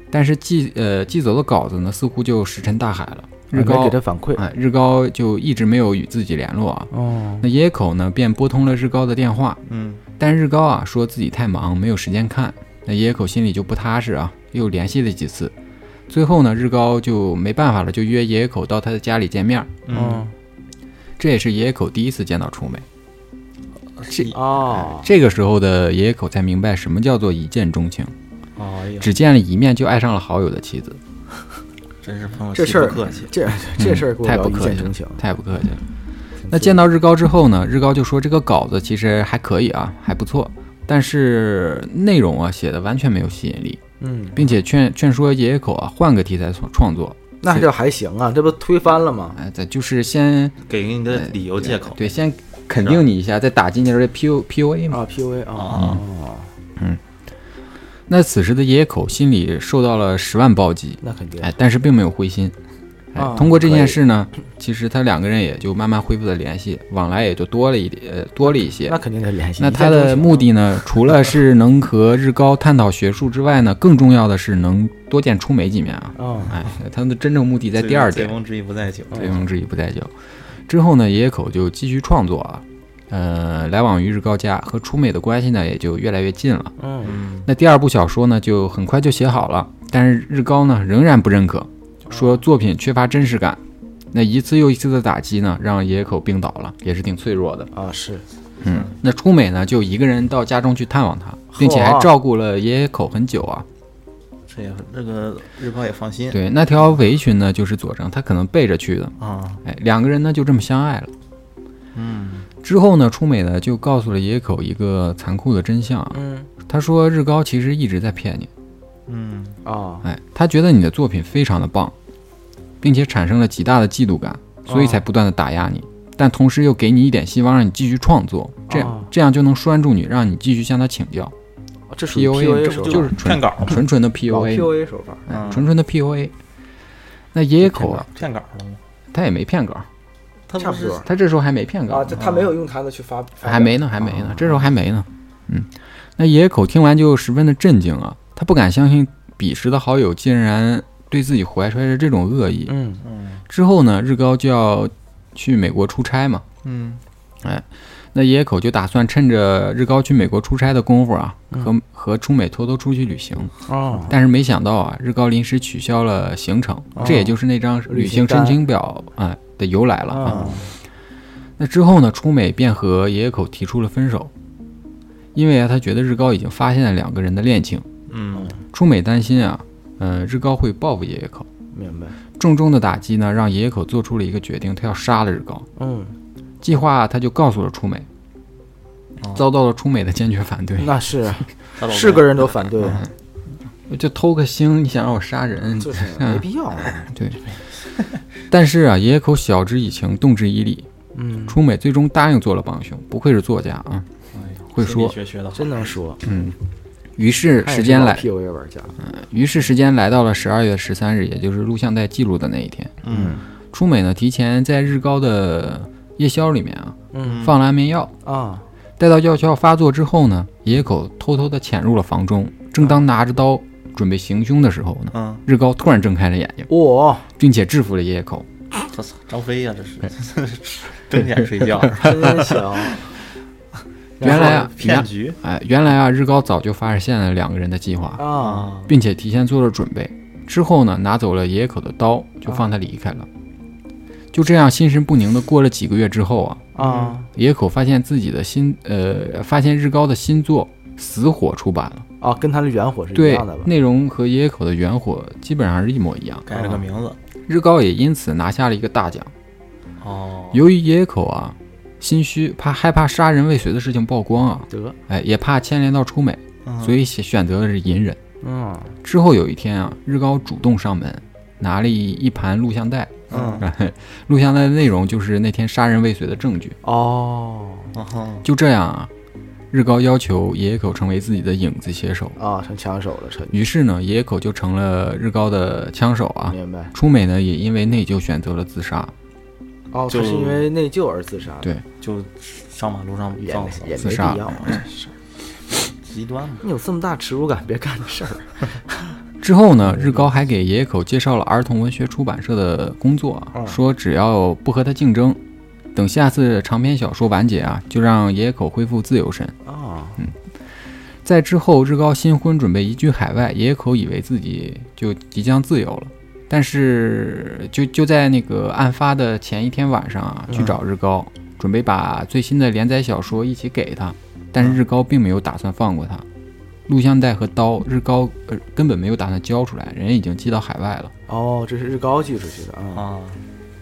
Speaker 1: 但是寄呃寄走的稿子呢，似乎就石沉大海了。日
Speaker 2: 还没
Speaker 1: 高
Speaker 2: 给他反馈。
Speaker 1: 哎，日高就一直没有与自己联络啊。
Speaker 2: 哦，
Speaker 1: 那野野口呢，便拨通了日高的电话，
Speaker 3: 嗯
Speaker 1: 但日高啊说自己太忙，没有时间看。那野口心里就不踏实啊，又联系了几次，最后呢，日高就没办法了，就约野口到他的家里见面。
Speaker 2: 哦
Speaker 3: 嗯，
Speaker 1: 这也是野口第一次见到出美。
Speaker 3: 这
Speaker 2: 哦，
Speaker 1: 这个时候的野口才明白什么叫做一见钟情，
Speaker 3: 哎呀，
Speaker 1: 只见了一面就爱上了好友的妻子，
Speaker 3: 真是朋友
Speaker 2: 这
Speaker 3: 气
Speaker 2: 事儿
Speaker 3: 不客气，
Speaker 2: 这这事儿给
Speaker 1: 嗯
Speaker 2: 我
Speaker 1: 太
Speaker 2: 聊
Speaker 1: 不
Speaker 2: 一
Speaker 1: 客
Speaker 2: 见
Speaker 1: 气了
Speaker 2: 钟情。嗯
Speaker 1: 太不客气了。那见到日高之后呢，日高就说这个稿子其实还可以啊，还不错，但是内容啊写的完全没有吸引力，
Speaker 2: 嗯，
Speaker 1: 并且劝劝说野口啊换个题材创创作。
Speaker 2: 那这还行啊，这不推翻了吗？
Speaker 1: 哎，咱就是先
Speaker 3: 给你的理由借口，
Speaker 1: 哎对，先肯定你一下，再打击你的 P U P U A 嘛。
Speaker 2: 啊，PUA 啊，哦，
Speaker 1: 那此时的野口心里受到了十万暴击，
Speaker 2: 那肯定。
Speaker 1: 哎，但是并没有灰心。哎
Speaker 2: 啊，
Speaker 1: 通过这
Speaker 2: 可
Speaker 1: 件
Speaker 2: 以
Speaker 1: 事呢，其实他两个人也就慢慢恢复了联系， 往来也就多了一点，呃，多了一些
Speaker 2: 那。肯定得联系。
Speaker 1: 那他的
Speaker 2: 啊
Speaker 1: 目的 呢，除了是能和日高探讨学术之外呢，更重要的是能多见出美几面啊。
Speaker 2: 啊，
Speaker 1: 哎，他的真正目的在第二点
Speaker 3: 醉。翁之意不在酒，
Speaker 1: 醉翁之意不在酒。之后呢，野口就继续创作啊，呃，来往于日高家和出美的关系呢也就越来越近了。
Speaker 2: 嗯
Speaker 3: 嗯
Speaker 1: 那第二部小说呢就很快就写好了，但是日高呢仍然不认可，说作品缺乏真实感。那一次又一次的打击呢，让野口病倒了，也是挺脆弱的。
Speaker 2: 啊是，
Speaker 1: 嗯，那出美呢就一个人到家中去探望他，并且还
Speaker 2: 嚯
Speaker 1: 照顾了野口很久啊。
Speaker 3: 这也这个日高也放心
Speaker 1: 对，那条围裙呢就是佐证，他可能背着去的。
Speaker 3: 啊，
Speaker 1: 哎，两个人呢就这么相爱了。
Speaker 3: 嗯
Speaker 1: 之后呢，出美呢就告诉了野口一个残酷的真相啊，
Speaker 2: 嗯
Speaker 1: 他说日高其实一直在骗你，
Speaker 3: 嗯
Speaker 2: 啊
Speaker 1: 哎，他觉得你的作品非常的棒，并且产生了极大的嫉妒感，所以
Speaker 2: 哦
Speaker 1: 才不断的打压你，但同时又给你一点希望，让你继续创作，这样
Speaker 2: 哦
Speaker 1: 这样就能拴住你，让你继续向他请教，
Speaker 2: 这属于
Speaker 1: PUA
Speaker 2: 手
Speaker 1: 就是
Speaker 2: 法，啊
Speaker 1: 纯
Speaker 3: 骗稿嘛，
Speaker 1: 纯纯的
Speaker 2: 嗯老
Speaker 1: PUA，
Speaker 2: PUA 手法。
Speaker 1: 哎
Speaker 3: 嗯
Speaker 1: 纯纯的 PUA。那野野口啊，
Speaker 3: 骗稿了吗？
Speaker 1: 他也没骗稿，
Speaker 3: 他
Speaker 2: 差
Speaker 3: 不
Speaker 2: 不
Speaker 3: 是
Speaker 2: 多
Speaker 1: 他这时候还没骗稿
Speaker 2: 啊，
Speaker 1: 呢
Speaker 2: 这他没有用他的去发，
Speaker 1: 嗯
Speaker 2: 发
Speaker 1: 还没呢，还没呢，这时候还没呢。嗯，那野口听完就十分的震惊啊，他不敢相信彼时的好友竟然对自己怀揣着这种恶意。
Speaker 2: 嗯
Speaker 3: 嗯
Speaker 1: 之后呢，日高就要去美国出差嘛，
Speaker 3: 嗯
Speaker 1: 那野口就打算趁着日高去美国出差的功夫啊，
Speaker 2: 嗯
Speaker 1: 和和出美偷偷出去旅行。
Speaker 2: 哦
Speaker 1: 但是没想到啊，日高临时取消了行程，这也就是那张旅
Speaker 2: 旅
Speaker 1: 行
Speaker 2: 行
Speaker 1: 申
Speaker 2: 单
Speaker 1: 请表啊的由来了啊。
Speaker 2: 啊
Speaker 1: 那之后呢，出美便和野野口提出了分手，因为啊，他觉得日高已经发现了两个人的恋情。
Speaker 3: 嗯
Speaker 1: 出美担心啊，呃，日高会报复野野口。
Speaker 2: 明白。
Speaker 1: 重重的打击呢，让野野口做出了一个决定，他要杀了日高。
Speaker 2: 嗯，
Speaker 1: 计划他就告诉了出美，
Speaker 3: 哦
Speaker 1: 遭到了出美的坚决反对。
Speaker 2: 那是
Speaker 3: 他老
Speaker 2: 是
Speaker 3: 公
Speaker 2: 个人都反对，
Speaker 1: 就偷个星，你想让我杀人？
Speaker 2: 就是
Speaker 1: 嗯
Speaker 2: 没必要。啊
Speaker 1: 对。但是啊，野野口晓之以情，动之以理。
Speaker 2: 嗯，
Speaker 1: 出美最终答应做了帮凶，不愧是作家啊。
Speaker 3: 哎呦
Speaker 1: 会说
Speaker 3: 心理学学的
Speaker 2: 真能说。
Speaker 1: 于是时间来，
Speaker 2: PUA 玩家。
Speaker 1: 于是时间来到了十二月十三日，也就是录像带记录的那一天。
Speaker 3: 嗯
Speaker 1: 出美呢，提前在日高的夜宵里面啊，
Speaker 2: 嗯
Speaker 1: 放了安眠药，
Speaker 2: 啊
Speaker 1: 待到药效发作之后呢，野口偷偷的潜入了房中。正当拿着刀准备行凶的时候呢，
Speaker 3: 嗯，
Speaker 1: 日高突然睁开了眼睛，
Speaker 2: 哇、
Speaker 1: 并且制服了爷爷口。
Speaker 3: 我操，张飞呀、这是 睁眼睡觉，
Speaker 2: 真行！
Speaker 1: 原来啊，原
Speaker 3: 骗局
Speaker 1: 哎，原来啊，日高早就发现了两个人的计划，
Speaker 2: 啊，
Speaker 1: 并且提前做了准备。之后呢，拿走了爷爷口的刀，就放他离开了。就这样心神不宁的过了几个月之后啊，
Speaker 2: 啊
Speaker 1: 野口发现自己的新呃，发现日高的新作《死火》出版了，
Speaker 2: 啊，跟他的原火是一
Speaker 1: 对
Speaker 2: 样的，吧？
Speaker 1: 内容和野口的原火基本上是一模一样。
Speaker 3: 改了个名字。
Speaker 1: 日高也因此拿下了一个大奖。
Speaker 3: 哦，
Speaker 1: 由于野口啊心虚，怕害怕杀人未遂的事情曝光啊，
Speaker 2: 得，
Speaker 1: 哎，也怕牵连到出美，所
Speaker 3: 以
Speaker 1: 以选选择的是隐忍。
Speaker 2: 嗯
Speaker 1: 之后有一天啊，日高主动上门，拿了一一盘录像带，
Speaker 2: 嗯，
Speaker 1: 录像带的内容就是那天杀人未遂的证据。
Speaker 2: 哦
Speaker 3: 哦，
Speaker 1: 就这样啊，日高要求野口成为自己的影子写手。
Speaker 2: 啊，成枪手了，成
Speaker 1: 于是呢，野口就成了日高的枪手啊。
Speaker 2: 明白？
Speaker 1: 出美呢，也因为内疚选择了自杀。
Speaker 2: 哦，
Speaker 3: 就
Speaker 2: 他是因为内疚而自杀的，
Speaker 1: 对
Speaker 3: 就上马路上
Speaker 2: 也
Speaker 3: 撞死了
Speaker 2: 也没
Speaker 1: 自
Speaker 2: 必
Speaker 1: 杀
Speaker 2: 要啊，这事儿。
Speaker 3: 极端嘛。
Speaker 2: 你有这么大耻辱感，别干这事儿。
Speaker 1: 之后呢，日高还给野口介绍了儿童文学出版社的工作啊，
Speaker 2: 嗯
Speaker 1: 说只要不和他竞争，等下次长篇小说完结啊，就让野口恢复自由身。
Speaker 2: 啊，
Speaker 1: 在之后，日高新婚准备移居海外，野口以为自己就即将自由了，但是就就在那个案发的前一天晚上啊，去找日高，准备把最新的连载小说一起给他，但是日高并没有打算放过他。录像带和刀，日高呃根本没有打算交出来，人已经寄到海外了。
Speaker 2: 哦，这是日高寄出去的啊，
Speaker 3: 啊，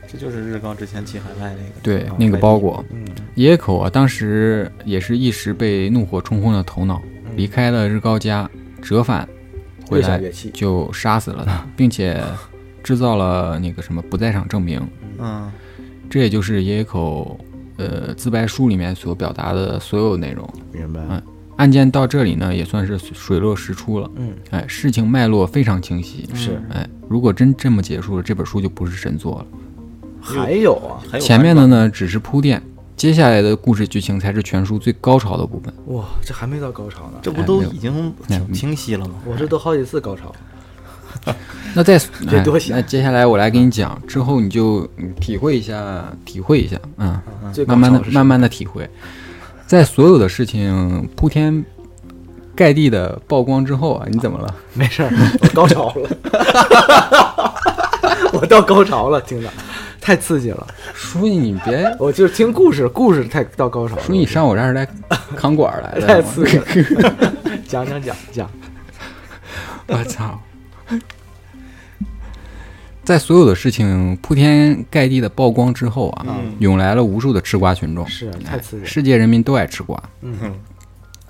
Speaker 3: 这就是日高之前寄海外那个。
Speaker 1: 对
Speaker 3: 啊，
Speaker 1: 那个包裹，
Speaker 2: 嗯，
Speaker 1: 野口啊，当时也是一时被怒火冲昏了头脑，
Speaker 2: 嗯
Speaker 1: 离开了日高家，折返回
Speaker 2: 越想
Speaker 1: 来
Speaker 2: 越气，
Speaker 1: 就杀死了 他，并且制造了那个什么不在场证明，
Speaker 3: 嗯
Speaker 1: 这也就是野口呃自白书里面所表达的所有内容。
Speaker 2: 明白？
Speaker 1: 嗯案件到这里呢，也算是水落石出了。
Speaker 2: 嗯，
Speaker 1: 哎，事情脉络非常清晰。
Speaker 2: 是
Speaker 3: 嗯
Speaker 1: 哎，如果真这么结束了，这本书就不是神作了。
Speaker 2: 还有啊，
Speaker 3: 还有
Speaker 1: 前面的呢只是铺垫，接下来的故事剧情才是全书最高潮的部分。
Speaker 2: 哇，这还没到高潮呢，
Speaker 3: 这
Speaker 1: 哎
Speaker 3: 不都已经挺清晰了吗？
Speaker 2: 我这都好几次高潮。
Speaker 1: 那再
Speaker 2: 别多
Speaker 1: 哎
Speaker 2: 想
Speaker 1: 那接下来我来给你讲，之后你就嗯体会一下，体会一下，嗯。
Speaker 2: 最高
Speaker 1: 慢慢
Speaker 2: 潮
Speaker 1: 的、
Speaker 2: 是什么
Speaker 1: 慢慢的体会，在所有的事情铺天盖地的曝光之后啊，你怎么了？
Speaker 2: 没事儿，我高潮了， 我到高潮了，听着太刺激了。
Speaker 1: 叔，你别
Speaker 2: 我就是听故事，故事太到高潮了。
Speaker 1: 叔，你上我这儿来扛管儿来
Speaker 2: 我
Speaker 1: 了，
Speaker 2: 太刺激了， 讲讲讲讲，
Speaker 1: 我操！在所有的事情铺天盖地的曝光之后啊，涌来了无数的吃瓜群众，哎
Speaker 2: 嗯是太刺激了。
Speaker 1: 世界人民都爱吃瓜，
Speaker 2: 嗯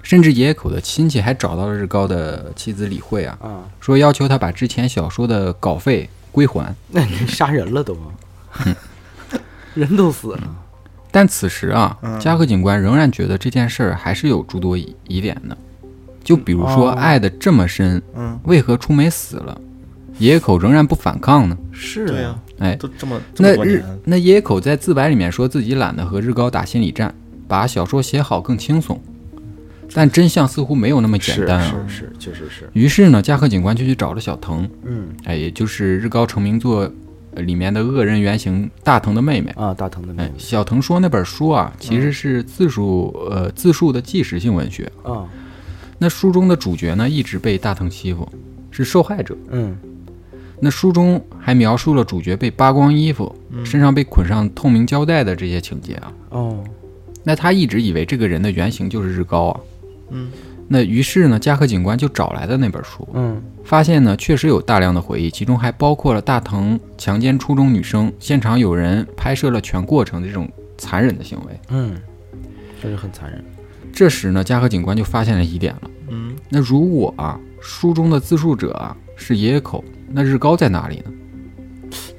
Speaker 1: 甚至野口的亲戚还找到了日高的妻子李慧啊，
Speaker 2: 啊，
Speaker 1: 说要求他把之前小说的稿费归还。
Speaker 2: 那你杀人了都？ 人都死
Speaker 1: 嗯
Speaker 2: 了，
Speaker 1: 但此时啊，
Speaker 3: 嗯
Speaker 1: 加贺警官仍然觉得这件事儿还是有诸多疑疑点的，就比如说
Speaker 2: 嗯哦
Speaker 1: 爱得这么深，
Speaker 3: 嗯，
Speaker 1: 为何出美死了，野口仍然不反抗呢？
Speaker 2: 是啊
Speaker 3: 对啊呀，
Speaker 1: 哎，
Speaker 3: 都这么这么
Speaker 1: 那
Speaker 3: 多
Speaker 1: 日
Speaker 3: 年，
Speaker 1: 那野口在自白里面说自己懒得和日高打心理战，把小说写好更轻松，但真相似乎没有那么简
Speaker 2: 是
Speaker 1: 单啊。
Speaker 2: 是是，确实是，
Speaker 1: 于是呢，加贺警官就去找了小藤，
Speaker 2: 嗯
Speaker 1: 哎，也就是日高成名作呃里面的恶人原型大藤的妹妹。
Speaker 2: 啊，大藤的妹
Speaker 1: 哎，
Speaker 2: 妹
Speaker 1: 小藤说那本书啊，其实是自述呃自述的纪实性文学。
Speaker 2: 啊，
Speaker 1: 那书中的主角呢，一直被大藤欺负，是受害者。
Speaker 2: 嗯
Speaker 1: 那书中还描述了主角被扒光衣服，身上被捆上透明胶带的这些情节啊。
Speaker 2: 哦，
Speaker 1: 那他一直以为这个人的原型就是日高啊。
Speaker 3: 嗯，
Speaker 1: 那于是呢，加贺警官就找来的那本书，
Speaker 2: 嗯
Speaker 1: 发现呢确实有大量的回忆，其中还包括了大藤强奸初中女生，现场有人拍摄了全过程的这种残忍的行为。
Speaker 2: 嗯，这就很残忍，
Speaker 1: 这时呢，加贺警官就发现了疑点了。
Speaker 3: 嗯，
Speaker 1: 那如果啊，书中的自述者啊是野口，那日高在哪里呢？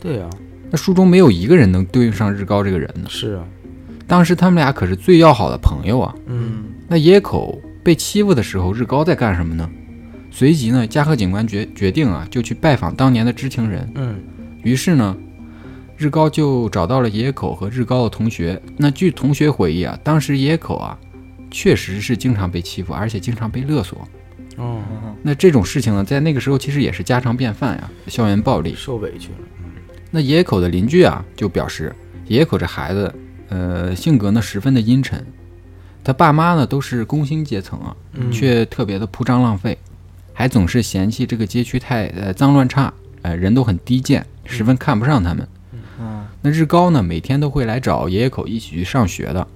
Speaker 2: 对啊呀，
Speaker 1: 那书中没有一个人能对应上日高这个人呢。
Speaker 2: 是啊，
Speaker 1: 当时他们俩可是最要好的朋友啊。
Speaker 2: 嗯
Speaker 1: 那野口被欺负的时候，日高在干什么呢？随即呢，加贺警官决决定啊，就去拜访当年的知情人。
Speaker 2: 嗯
Speaker 1: 于是呢，日高就找到了野口和日高的同学。那据同学回忆啊，当时野口啊，确实是经常被欺负，而且经常被勒索。
Speaker 2: 哦，
Speaker 3: 嗯
Speaker 1: 那这种事情呢，在那个时候其实也是家常便饭呀，校园暴力。
Speaker 2: 受委屈了，
Speaker 1: 那野口的邻居啊，就表示野口这孩子，呃，性格呢十分的阴沉，他爸妈呢都是工薪阶层啊，
Speaker 2: 嗯
Speaker 1: 却特别的铺张浪费，还总是嫌弃这个街区太呃脏乱差，呃，人都很低贱，十分看不上他们。
Speaker 3: 嗯
Speaker 1: 那日高呢，每天都会来找爷爷口一起去上学的。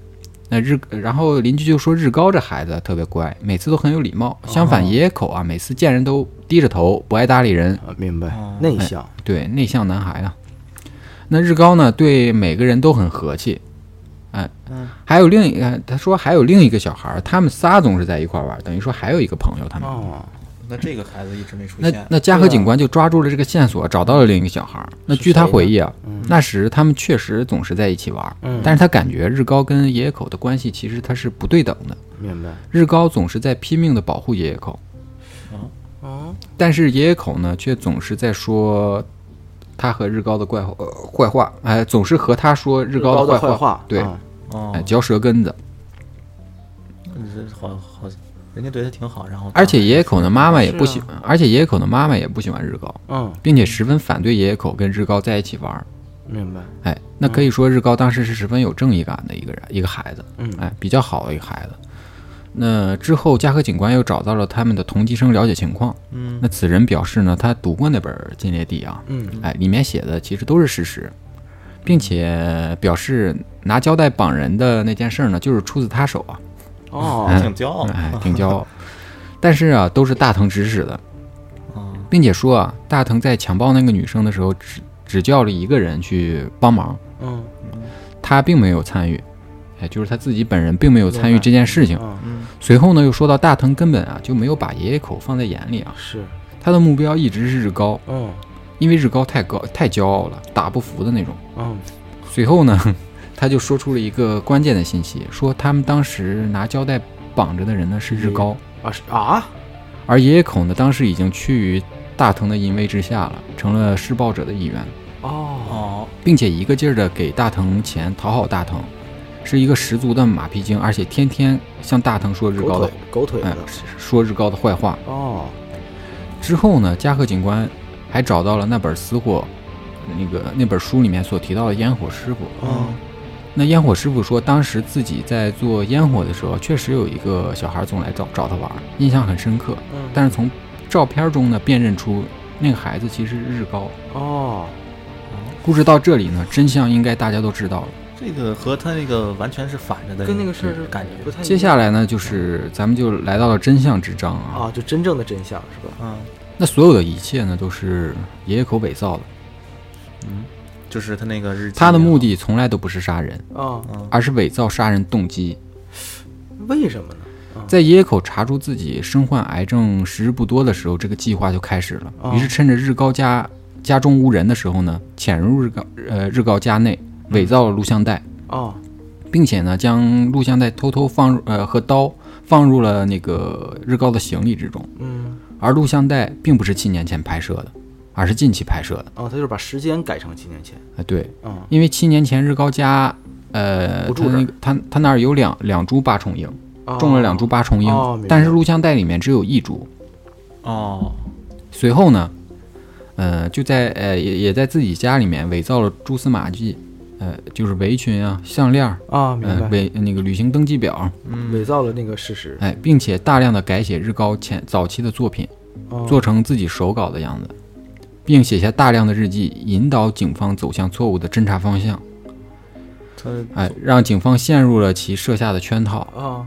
Speaker 1: 那日，然后邻居就说日高这孩子特别乖，每次都很有礼貌。相反，爷爷口啊，每次见人都低着头，不爱搭理人，
Speaker 2: 啊明白
Speaker 3: 哦，
Speaker 2: 内
Speaker 1: 哎
Speaker 2: 向，
Speaker 1: 对内向男孩啊。那日高呢，对每个人都很和气。哎
Speaker 3: 嗯，
Speaker 1: 还有另一个，他说还有另一个小孩儿，他们仨总是在一块儿玩，等于说还有一个朋友，他们。
Speaker 2: 哦，
Speaker 3: 那这个孩子一直没出
Speaker 1: 那
Speaker 3: 现。
Speaker 1: 那嘉禾警官就抓住了这个线索，找到了另一个小孩儿。那据他回忆啊，那时他们确实总是在一起玩儿，
Speaker 2: 嗯
Speaker 1: 但是他感觉日高跟野野口的关系其实他是不对等的。
Speaker 2: 明白，
Speaker 1: 日高总是在拼命的保护野野口，
Speaker 2: 哦，
Speaker 1: 但是野野口呢，却总是在说他和日高的怪话、呃坏话，哎、总是和他说日高
Speaker 2: 的
Speaker 1: 坏
Speaker 2: 坏话，
Speaker 1: 对，
Speaker 2: 啊
Speaker 3: 哦
Speaker 1: 哎、，嚼舌根子。
Speaker 3: 这好好，人家对他挺好，然后
Speaker 1: 而且野野口的妈妈也不喜
Speaker 2: 是
Speaker 1: 欢，而且野野口的妈妈也不喜欢日高，
Speaker 2: 嗯，
Speaker 1: 并且十分反对野野口跟日高在一起玩儿。
Speaker 2: 明白，
Speaker 1: 哎，那可以说日高当时是十分有正义感的一个人，一个孩子，
Speaker 2: 嗯
Speaker 1: 哎，比较好的一个孩子。那之后，嘉禾警官又找到了他们的同级生了解情况。
Speaker 3: 嗯
Speaker 1: 那此人表示呢，他读过那本《禁猎地》啊，
Speaker 2: 嗯，
Speaker 1: 哎，里面写的其实都是事实，并且表示拿胶带绑人的那件事儿呢，就是出自他手啊，
Speaker 2: 哦，
Speaker 1: 哎
Speaker 3: 挺骄傲的，
Speaker 1: 哎，挺骄傲。但是啊，都是大藤指使的，
Speaker 3: 嗯
Speaker 1: 并且说啊，大藤在强暴那个女生的时候，只只叫了一个人去帮忙，
Speaker 2: 嗯
Speaker 1: 他并没有参与，哎，就是他自己本人并没有参与这件事情。
Speaker 2: 嗯，
Speaker 3: 嗯
Speaker 1: 随后呢，又说到大藤根本啊就没有把爷爷口放在眼里啊，
Speaker 2: 是，
Speaker 1: 他的目标一直是日高，
Speaker 2: 嗯
Speaker 1: 因为日高太高太骄傲了，打不服的那种。
Speaker 2: 嗯，
Speaker 1: 随后呢， 他就说出了一个关键的信息，说他们当时拿胶带绑着的人呢是日高，
Speaker 2: 啊是啊，
Speaker 1: 而爷爷口呢当时已经趋于大藤的淫威之下了，成了施暴者的一员，
Speaker 2: 哦，
Speaker 3: 哦
Speaker 1: 并且一个劲儿的给大藤钱讨好大藤。是一个十足的马屁精，而且天天向大藤说日高
Speaker 2: 狗
Speaker 1: 的
Speaker 2: 腿狗腿
Speaker 1: 哎
Speaker 2: 子，，
Speaker 1: 说日高的坏话。
Speaker 2: 哦，
Speaker 1: 之后呢，嘉禾警官还找到了那本私货，那个那本书里面所提到的烟火师傅。
Speaker 2: 嗯
Speaker 1: 那烟火师傅说，当时自己在做烟火的时候，确实有一个小孩总来找找他玩，印象很深刻。
Speaker 2: 嗯，
Speaker 1: 但是从照片中呢，辨认出那个孩子其实是日高。
Speaker 2: 哦，
Speaker 1: 故事到这里呢，真相应该大家都知道了。
Speaker 3: 这个和他那个完全是反着的，
Speaker 2: 跟那个事儿是
Speaker 3: 感觉
Speaker 2: 不太一样
Speaker 1: 接下来呢，就是咱们就来到了真相之章啊。
Speaker 2: 啊，就真正的真相是吧？
Speaker 3: 嗯，
Speaker 1: 那所有的一切呢，都是爷爷口伪造的。
Speaker 3: 就是他那个日记
Speaker 1: 嗯他的目的从来都不是杀人，
Speaker 2: 啊，
Speaker 3: 啊，
Speaker 1: 而是伪造杀人动机。
Speaker 2: 为什么呢？
Speaker 1: 在野口查出自己身患癌症时日不多的时候，这个计划就开始了。
Speaker 2: 哦
Speaker 1: 于是趁着日高家家中无人的时候呢，潜入日高呃日高家内，伪造了录像带，
Speaker 2: 哦，
Speaker 1: 并且呢将录像带偷偷放入呃和刀放入了那个日高的行李之中。
Speaker 2: 嗯，
Speaker 1: 而录像带并不是七年前拍摄的，而是近期拍摄的。
Speaker 2: 哦，他就是把时间改成七年前，
Speaker 1: 啊，对，
Speaker 2: 嗯，
Speaker 1: 因为七年前日高家呃
Speaker 2: 不
Speaker 1: 他
Speaker 2: 住这儿
Speaker 1: 那个他他那儿有两两株八重樱。
Speaker 2: 哦
Speaker 1: 中了两株，八重樱，
Speaker 2: 哦明白
Speaker 1: 但是录像带里面只有一株。
Speaker 3: 哦，
Speaker 1: 随后呢，呃，就在呃也也在自己家里面伪造了蛛丝马迹，呃，就是围裙啊、项链儿，
Speaker 2: 啊，明
Speaker 1: 呃，
Speaker 2: 白，
Speaker 1: 伪那个旅行登记表，
Speaker 3: 嗯
Speaker 2: 伪造了那个事实，
Speaker 1: 哎，并且大量的改写日高前早期的作品，
Speaker 2: 哦
Speaker 1: 做成自己手稿的样子，并写下大量的日记，引导警方走向错误的侦查方向，
Speaker 3: 他
Speaker 1: 哎，让警方陷入了其设下的圈套。
Speaker 2: 啊，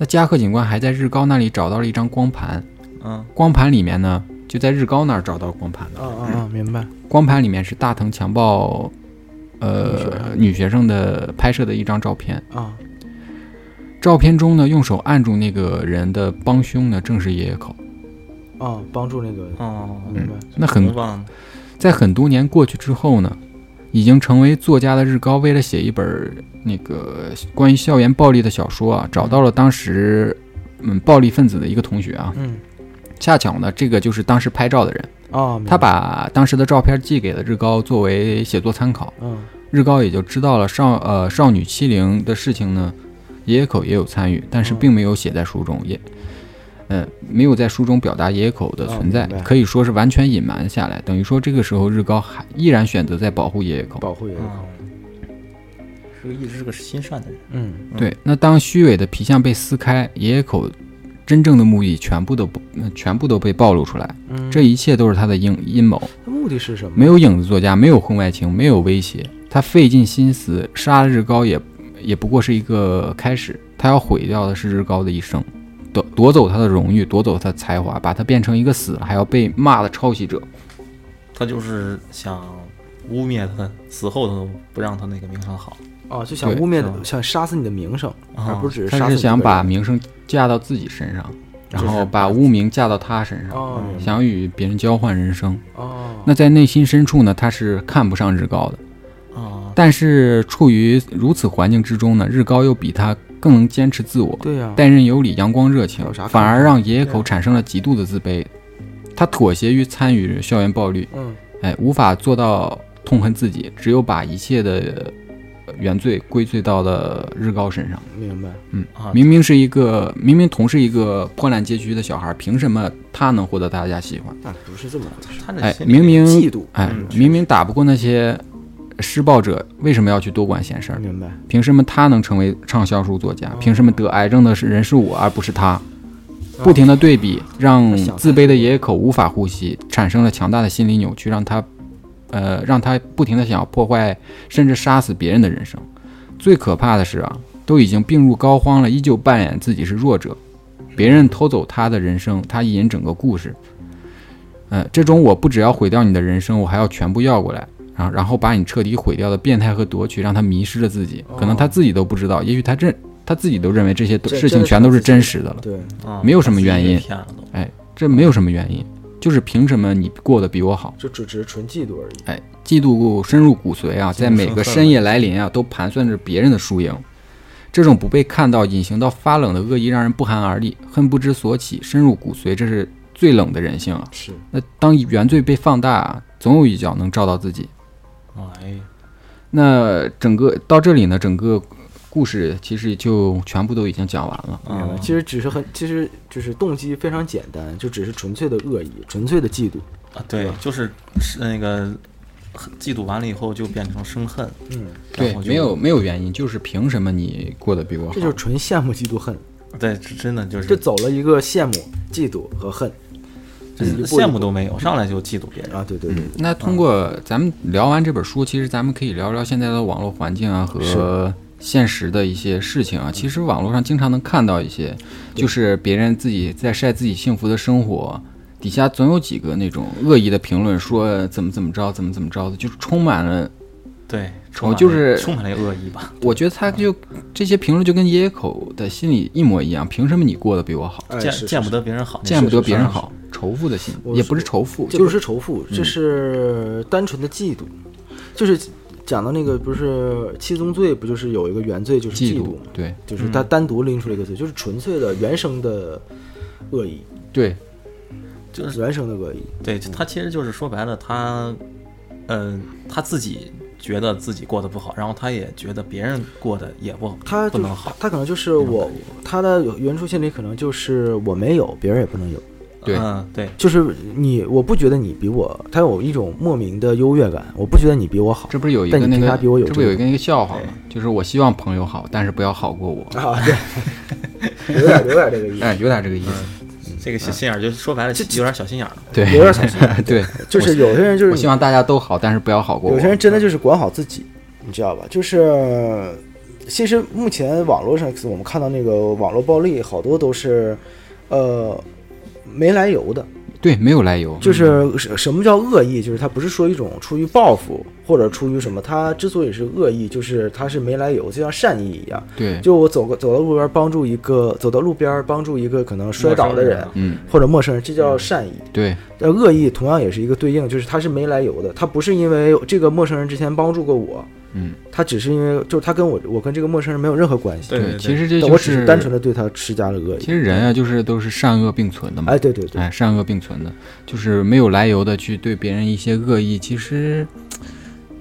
Speaker 1: 那加贺警官还在日高那里找到了一张光盘，
Speaker 3: 嗯
Speaker 1: 光盘里面呢，就在日高那儿找到光盘的。
Speaker 2: 啊啊啊，明白，
Speaker 1: 光盘里面是大藤强暴，呃，女学生的拍摄的一张照片。
Speaker 2: 啊，
Speaker 1: 照片中呢，用手按住那个人的帮凶呢，正是野野口。
Speaker 2: 啊，帮助那个，
Speaker 3: 哦，
Speaker 2: 明白，
Speaker 1: 那很
Speaker 3: 棒，
Speaker 1: 在很多年过去之后呢，已经成为作家的日高，为了写一本那个关于校园暴力的小说啊，找到了当时嗯暴力分子的一个同学啊，
Speaker 2: 嗯，
Speaker 1: 恰巧呢，这个就是当时拍照的人，
Speaker 2: 啊，
Speaker 1: 他，把当时的照片寄给了日高，作为写作参考。
Speaker 2: 嗯，
Speaker 1: 日高也就知道了少呃少女
Speaker 2: 嗯
Speaker 1: 欺凌的事情呢，野口也有参与，但是并没有写在书中，也呃，没有在书中表达野狗的存在
Speaker 2: 哦明白，
Speaker 1: 可以说是完全隐瞒下来。等于说，这个时候日高还依然选择在保护野狗。
Speaker 2: 保护野狗。
Speaker 3: 嗯，是个一直是个心善的人，
Speaker 2: 嗯，
Speaker 1: 对，那当虚伪的皮相被撕开，野狗真正的目的全部都不，呃全部都被暴露出来。
Speaker 2: 嗯
Speaker 1: 这一切都是他的阴阴谋，
Speaker 2: 他目的是什么？
Speaker 1: 没有影子作家，没有婚外情，没有威胁。他费尽心思杀了日高也，也不过是一个开始。他要毁掉的是日高的一生，夺夺走他的荣誉，夺走他的才华，把他变成一个死了还要被骂的抄袭者。
Speaker 3: 他就是想污蔑他，死后他都不让他那个名声好。
Speaker 2: 哦，就想
Speaker 1: 对
Speaker 2: 污蔑
Speaker 3: 是吧
Speaker 2: 的，想杀死你的名声，
Speaker 3: 啊
Speaker 2: 而不是只杀
Speaker 1: 他
Speaker 2: 死
Speaker 1: 是
Speaker 2: 你这个
Speaker 1: 想把
Speaker 2: 人
Speaker 1: 名声架到自己身上，然
Speaker 3: 就是
Speaker 1: 后把污名架到他身上，
Speaker 2: 哦明白
Speaker 1: 想与别人交换人生。
Speaker 2: 哦，
Speaker 1: 嗯那在内心深处呢，他是看不上日高的，
Speaker 3: 啊，
Speaker 1: 但是处于如此环境之中呢，日高又比他更能坚持自我，
Speaker 2: 对呀，
Speaker 1: 待人有礼，阳光热情
Speaker 2: 有啥，看
Speaker 1: 反而让野
Speaker 3: 对
Speaker 1: 狗
Speaker 3: 啊
Speaker 1: 产生了极度的自卑。他妥协于参与校园暴力，
Speaker 2: 嗯，
Speaker 1: 哎，无法做到痛恨自己，只有把一切的呃原罪归罪到了日高身上。
Speaker 2: 明白，
Speaker 3: 啊
Speaker 1: 明明是一个，明明同是一个破烂街区的小孩，凭什么他能获得大家喜欢？
Speaker 2: 那不是这么回事，
Speaker 3: 他这
Speaker 1: 哎，
Speaker 3: 心里
Speaker 1: 明明
Speaker 2: 嫉妒，
Speaker 1: 哎
Speaker 3: 嗯，
Speaker 1: 明明打不过那些施暴者，为什么要去多管闲事儿？
Speaker 2: 明白，
Speaker 1: 凭什么他能成为畅销书作家？凭什么得癌症的是人是我而不是他？不停的对
Speaker 2: 啊
Speaker 1: 比，让自卑的野口无法呼吸，产生了强大的心理扭曲，让他，呃，让他不停的想要破坏甚至杀死别人的人生。最可怕的是啊，都已经病入膏肓了，依旧扮演自己是弱者，别人偷走他的人生，他一人整个故事。呃，这种我不只要毁掉你的人生，我还要全部要过来，然后然后把你彻底毁掉的变态和夺取，让他迷失了自己，可能他自己都不知道，也许他认他自己都认为这些都
Speaker 2: 哦这
Speaker 1: 事情
Speaker 2: 这
Speaker 1: 全都是
Speaker 2: 是他
Speaker 1: 真
Speaker 2: 自己
Speaker 1: 实的了，
Speaker 2: 对，
Speaker 3: 啊
Speaker 1: 没有什么原因
Speaker 3: 把自己给骗了都。
Speaker 1: 这没有什么原因，就是凭什么你过得比我好？
Speaker 2: 就只只是纯嫉妒而已，
Speaker 1: 哎，嫉妒深入骨髓啊，
Speaker 3: 进
Speaker 1: 在
Speaker 3: 入
Speaker 1: 每
Speaker 3: 深
Speaker 1: 个
Speaker 3: 恨
Speaker 1: 深夜来临啊，都盘算着别人的输赢。这种不被看到、隐形到发冷的恶意，让人不寒而栗，恨不知所起，深入骨髓，这是最冷的人性啊。
Speaker 2: 是
Speaker 1: 那当原罪被放大啊，总有一脚能照到自己。
Speaker 3: 哎，
Speaker 1: 那整个到这里呢，整个故事其实就全部都已经讲完了。
Speaker 2: 明白
Speaker 3: 啊，
Speaker 2: 其实只是很，其实就是动机非常简单，就只是纯粹的恶意，纯粹的嫉妒，
Speaker 3: 啊，对，就是是那个嫉妒完了以后就变成生恨，
Speaker 2: 嗯，
Speaker 1: 对
Speaker 3: 然后，就
Speaker 1: 没有没有原因，就是凭什么你过得比我好？
Speaker 2: 这就是纯羡慕嫉妒恨，
Speaker 3: 对，这真的就是
Speaker 2: 就走了一个羡慕、嫉妒和恨
Speaker 3: 就是
Speaker 1: 嗯
Speaker 2: 一步一步
Speaker 3: 嗯羡慕都没有，上来就嫉妒别人。
Speaker 2: 啊，对对
Speaker 3: 嗯
Speaker 2: 对，
Speaker 1: 那通过咱们聊完这本书，其实咱们可以聊聊现在的网络环境啊和
Speaker 2: 是
Speaker 1: 现实的一些事情啊。其实网络上经常能看到一些，就是别人自己在晒自己幸福的生活，底下总有几个那种恶意的评论，说怎么怎么着，怎么怎么着的，就是充满了。
Speaker 3: 对，充满了
Speaker 1: 哦就是
Speaker 3: 充满了恶意吧。
Speaker 1: 我觉得他就这些评论就跟野野口的心理一模一样，凭什么你过得比我好，
Speaker 2: 哎
Speaker 3: 见
Speaker 2: 是
Speaker 3: 见不得别人好，
Speaker 1: 见不得别人
Speaker 3: 是
Speaker 1: 好，仇富的心
Speaker 2: 我
Speaker 1: 也
Speaker 2: 是
Speaker 1: 不是仇富，
Speaker 2: 这
Speaker 1: 就
Speaker 2: 不
Speaker 1: 是
Speaker 2: 是仇富，
Speaker 3: 嗯
Speaker 2: 这是单纯的嫉妒，就是讲到那个不是七宗罪，不就是有一个原罪就是
Speaker 1: 嫉
Speaker 2: 嫉
Speaker 1: 妒
Speaker 2: 嘛，，
Speaker 1: 对
Speaker 3: 嗯
Speaker 2: 就是他单独拎出了一个罪，就是纯粹的原生的恶意，
Speaker 1: 对，
Speaker 3: 就是
Speaker 2: 原生的恶意，
Speaker 3: 对他其实就是说白了，他，呃，他自己觉得自己过得不好，然后他也觉得别人过得也不
Speaker 2: 他
Speaker 3: 不
Speaker 2: 就
Speaker 3: 能好，
Speaker 2: 他可能就是我他的原初心理可能就是我没有，别人也不能有。
Speaker 1: 对
Speaker 3: 嗯，对，
Speaker 2: 就是你，我不觉得你比我，他有一种莫名的优越感。我不觉得你比我好
Speaker 1: 这不是有一
Speaker 2: 但
Speaker 1: 个
Speaker 2: 你
Speaker 1: 那
Speaker 2: 凭
Speaker 1: 个，
Speaker 2: 啥比我有
Speaker 1: 这
Speaker 2: 这
Speaker 1: 不有一
Speaker 2: 个
Speaker 1: 个那个笑话吗？就是我希望朋友好，但是不要好过我。
Speaker 2: 啊， 对，有点有点这个意思，
Speaker 1: 哎，有点这个意思。
Speaker 3: 这
Speaker 1: 嗯
Speaker 3: 个小心眼儿就说白了，有点小心眼儿了。
Speaker 1: 对，
Speaker 2: 嗯有点小心
Speaker 1: 对，
Speaker 2: 就是有些人就
Speaker 1: 我希
Speaker 2: 是
Speaker 1: 望嗯大家都好，但是不要好过我。
Speaker 2: 有些人真的就是管好自己，你知道吧？就是其实目前网络上我们看到那个网络暴力，好多都是呃没来由的，
Speaker 1: 对没有来由，
Speaker 2: 就是
Speaker 1: 嗯
Speaker 2: 什什么叫恶意？就是他不是说一种出于报复或者出于什么，他之所以是恶意，就是他是没来由，就像善意一样。
Speaker 1: 对，
Speaker 2: 就我走个走到路边儿帮助一个走到路边儿帮助一个可能摔倒的人
Speaker 3: 陌生人啊
Speaker 1: 嗯，
Speaker 2: 或者陌生人，这叫善意。
Speaker 1: 对，
Speaker 2: 呃，恶意同样也是一个对应，就是他是没来由的，他不是因为这个陌生人之前帮助过我，
Speaker 1: 嗯，
Speaker 2: 他只是因为就是他跟我我跟这个陌生人没有任何关系，
Speaker 3: 对对对
Speaker 1: 其实这
Speaker 2: 但
Speaker 1: 就
Speaker 2: 我只
Speaker 1: 是
Speaker 2: 是单纯的对他施加了恶
Speaker 1: 其
Speaker 2: 意。
Speaker 1: 实人啊，就是都是善恶并存的嘛
Speaker 2: 哎，。对对对，
Speaker 1: 哎，善恶并存的，就是没有来由的去对别人一些恶意，其实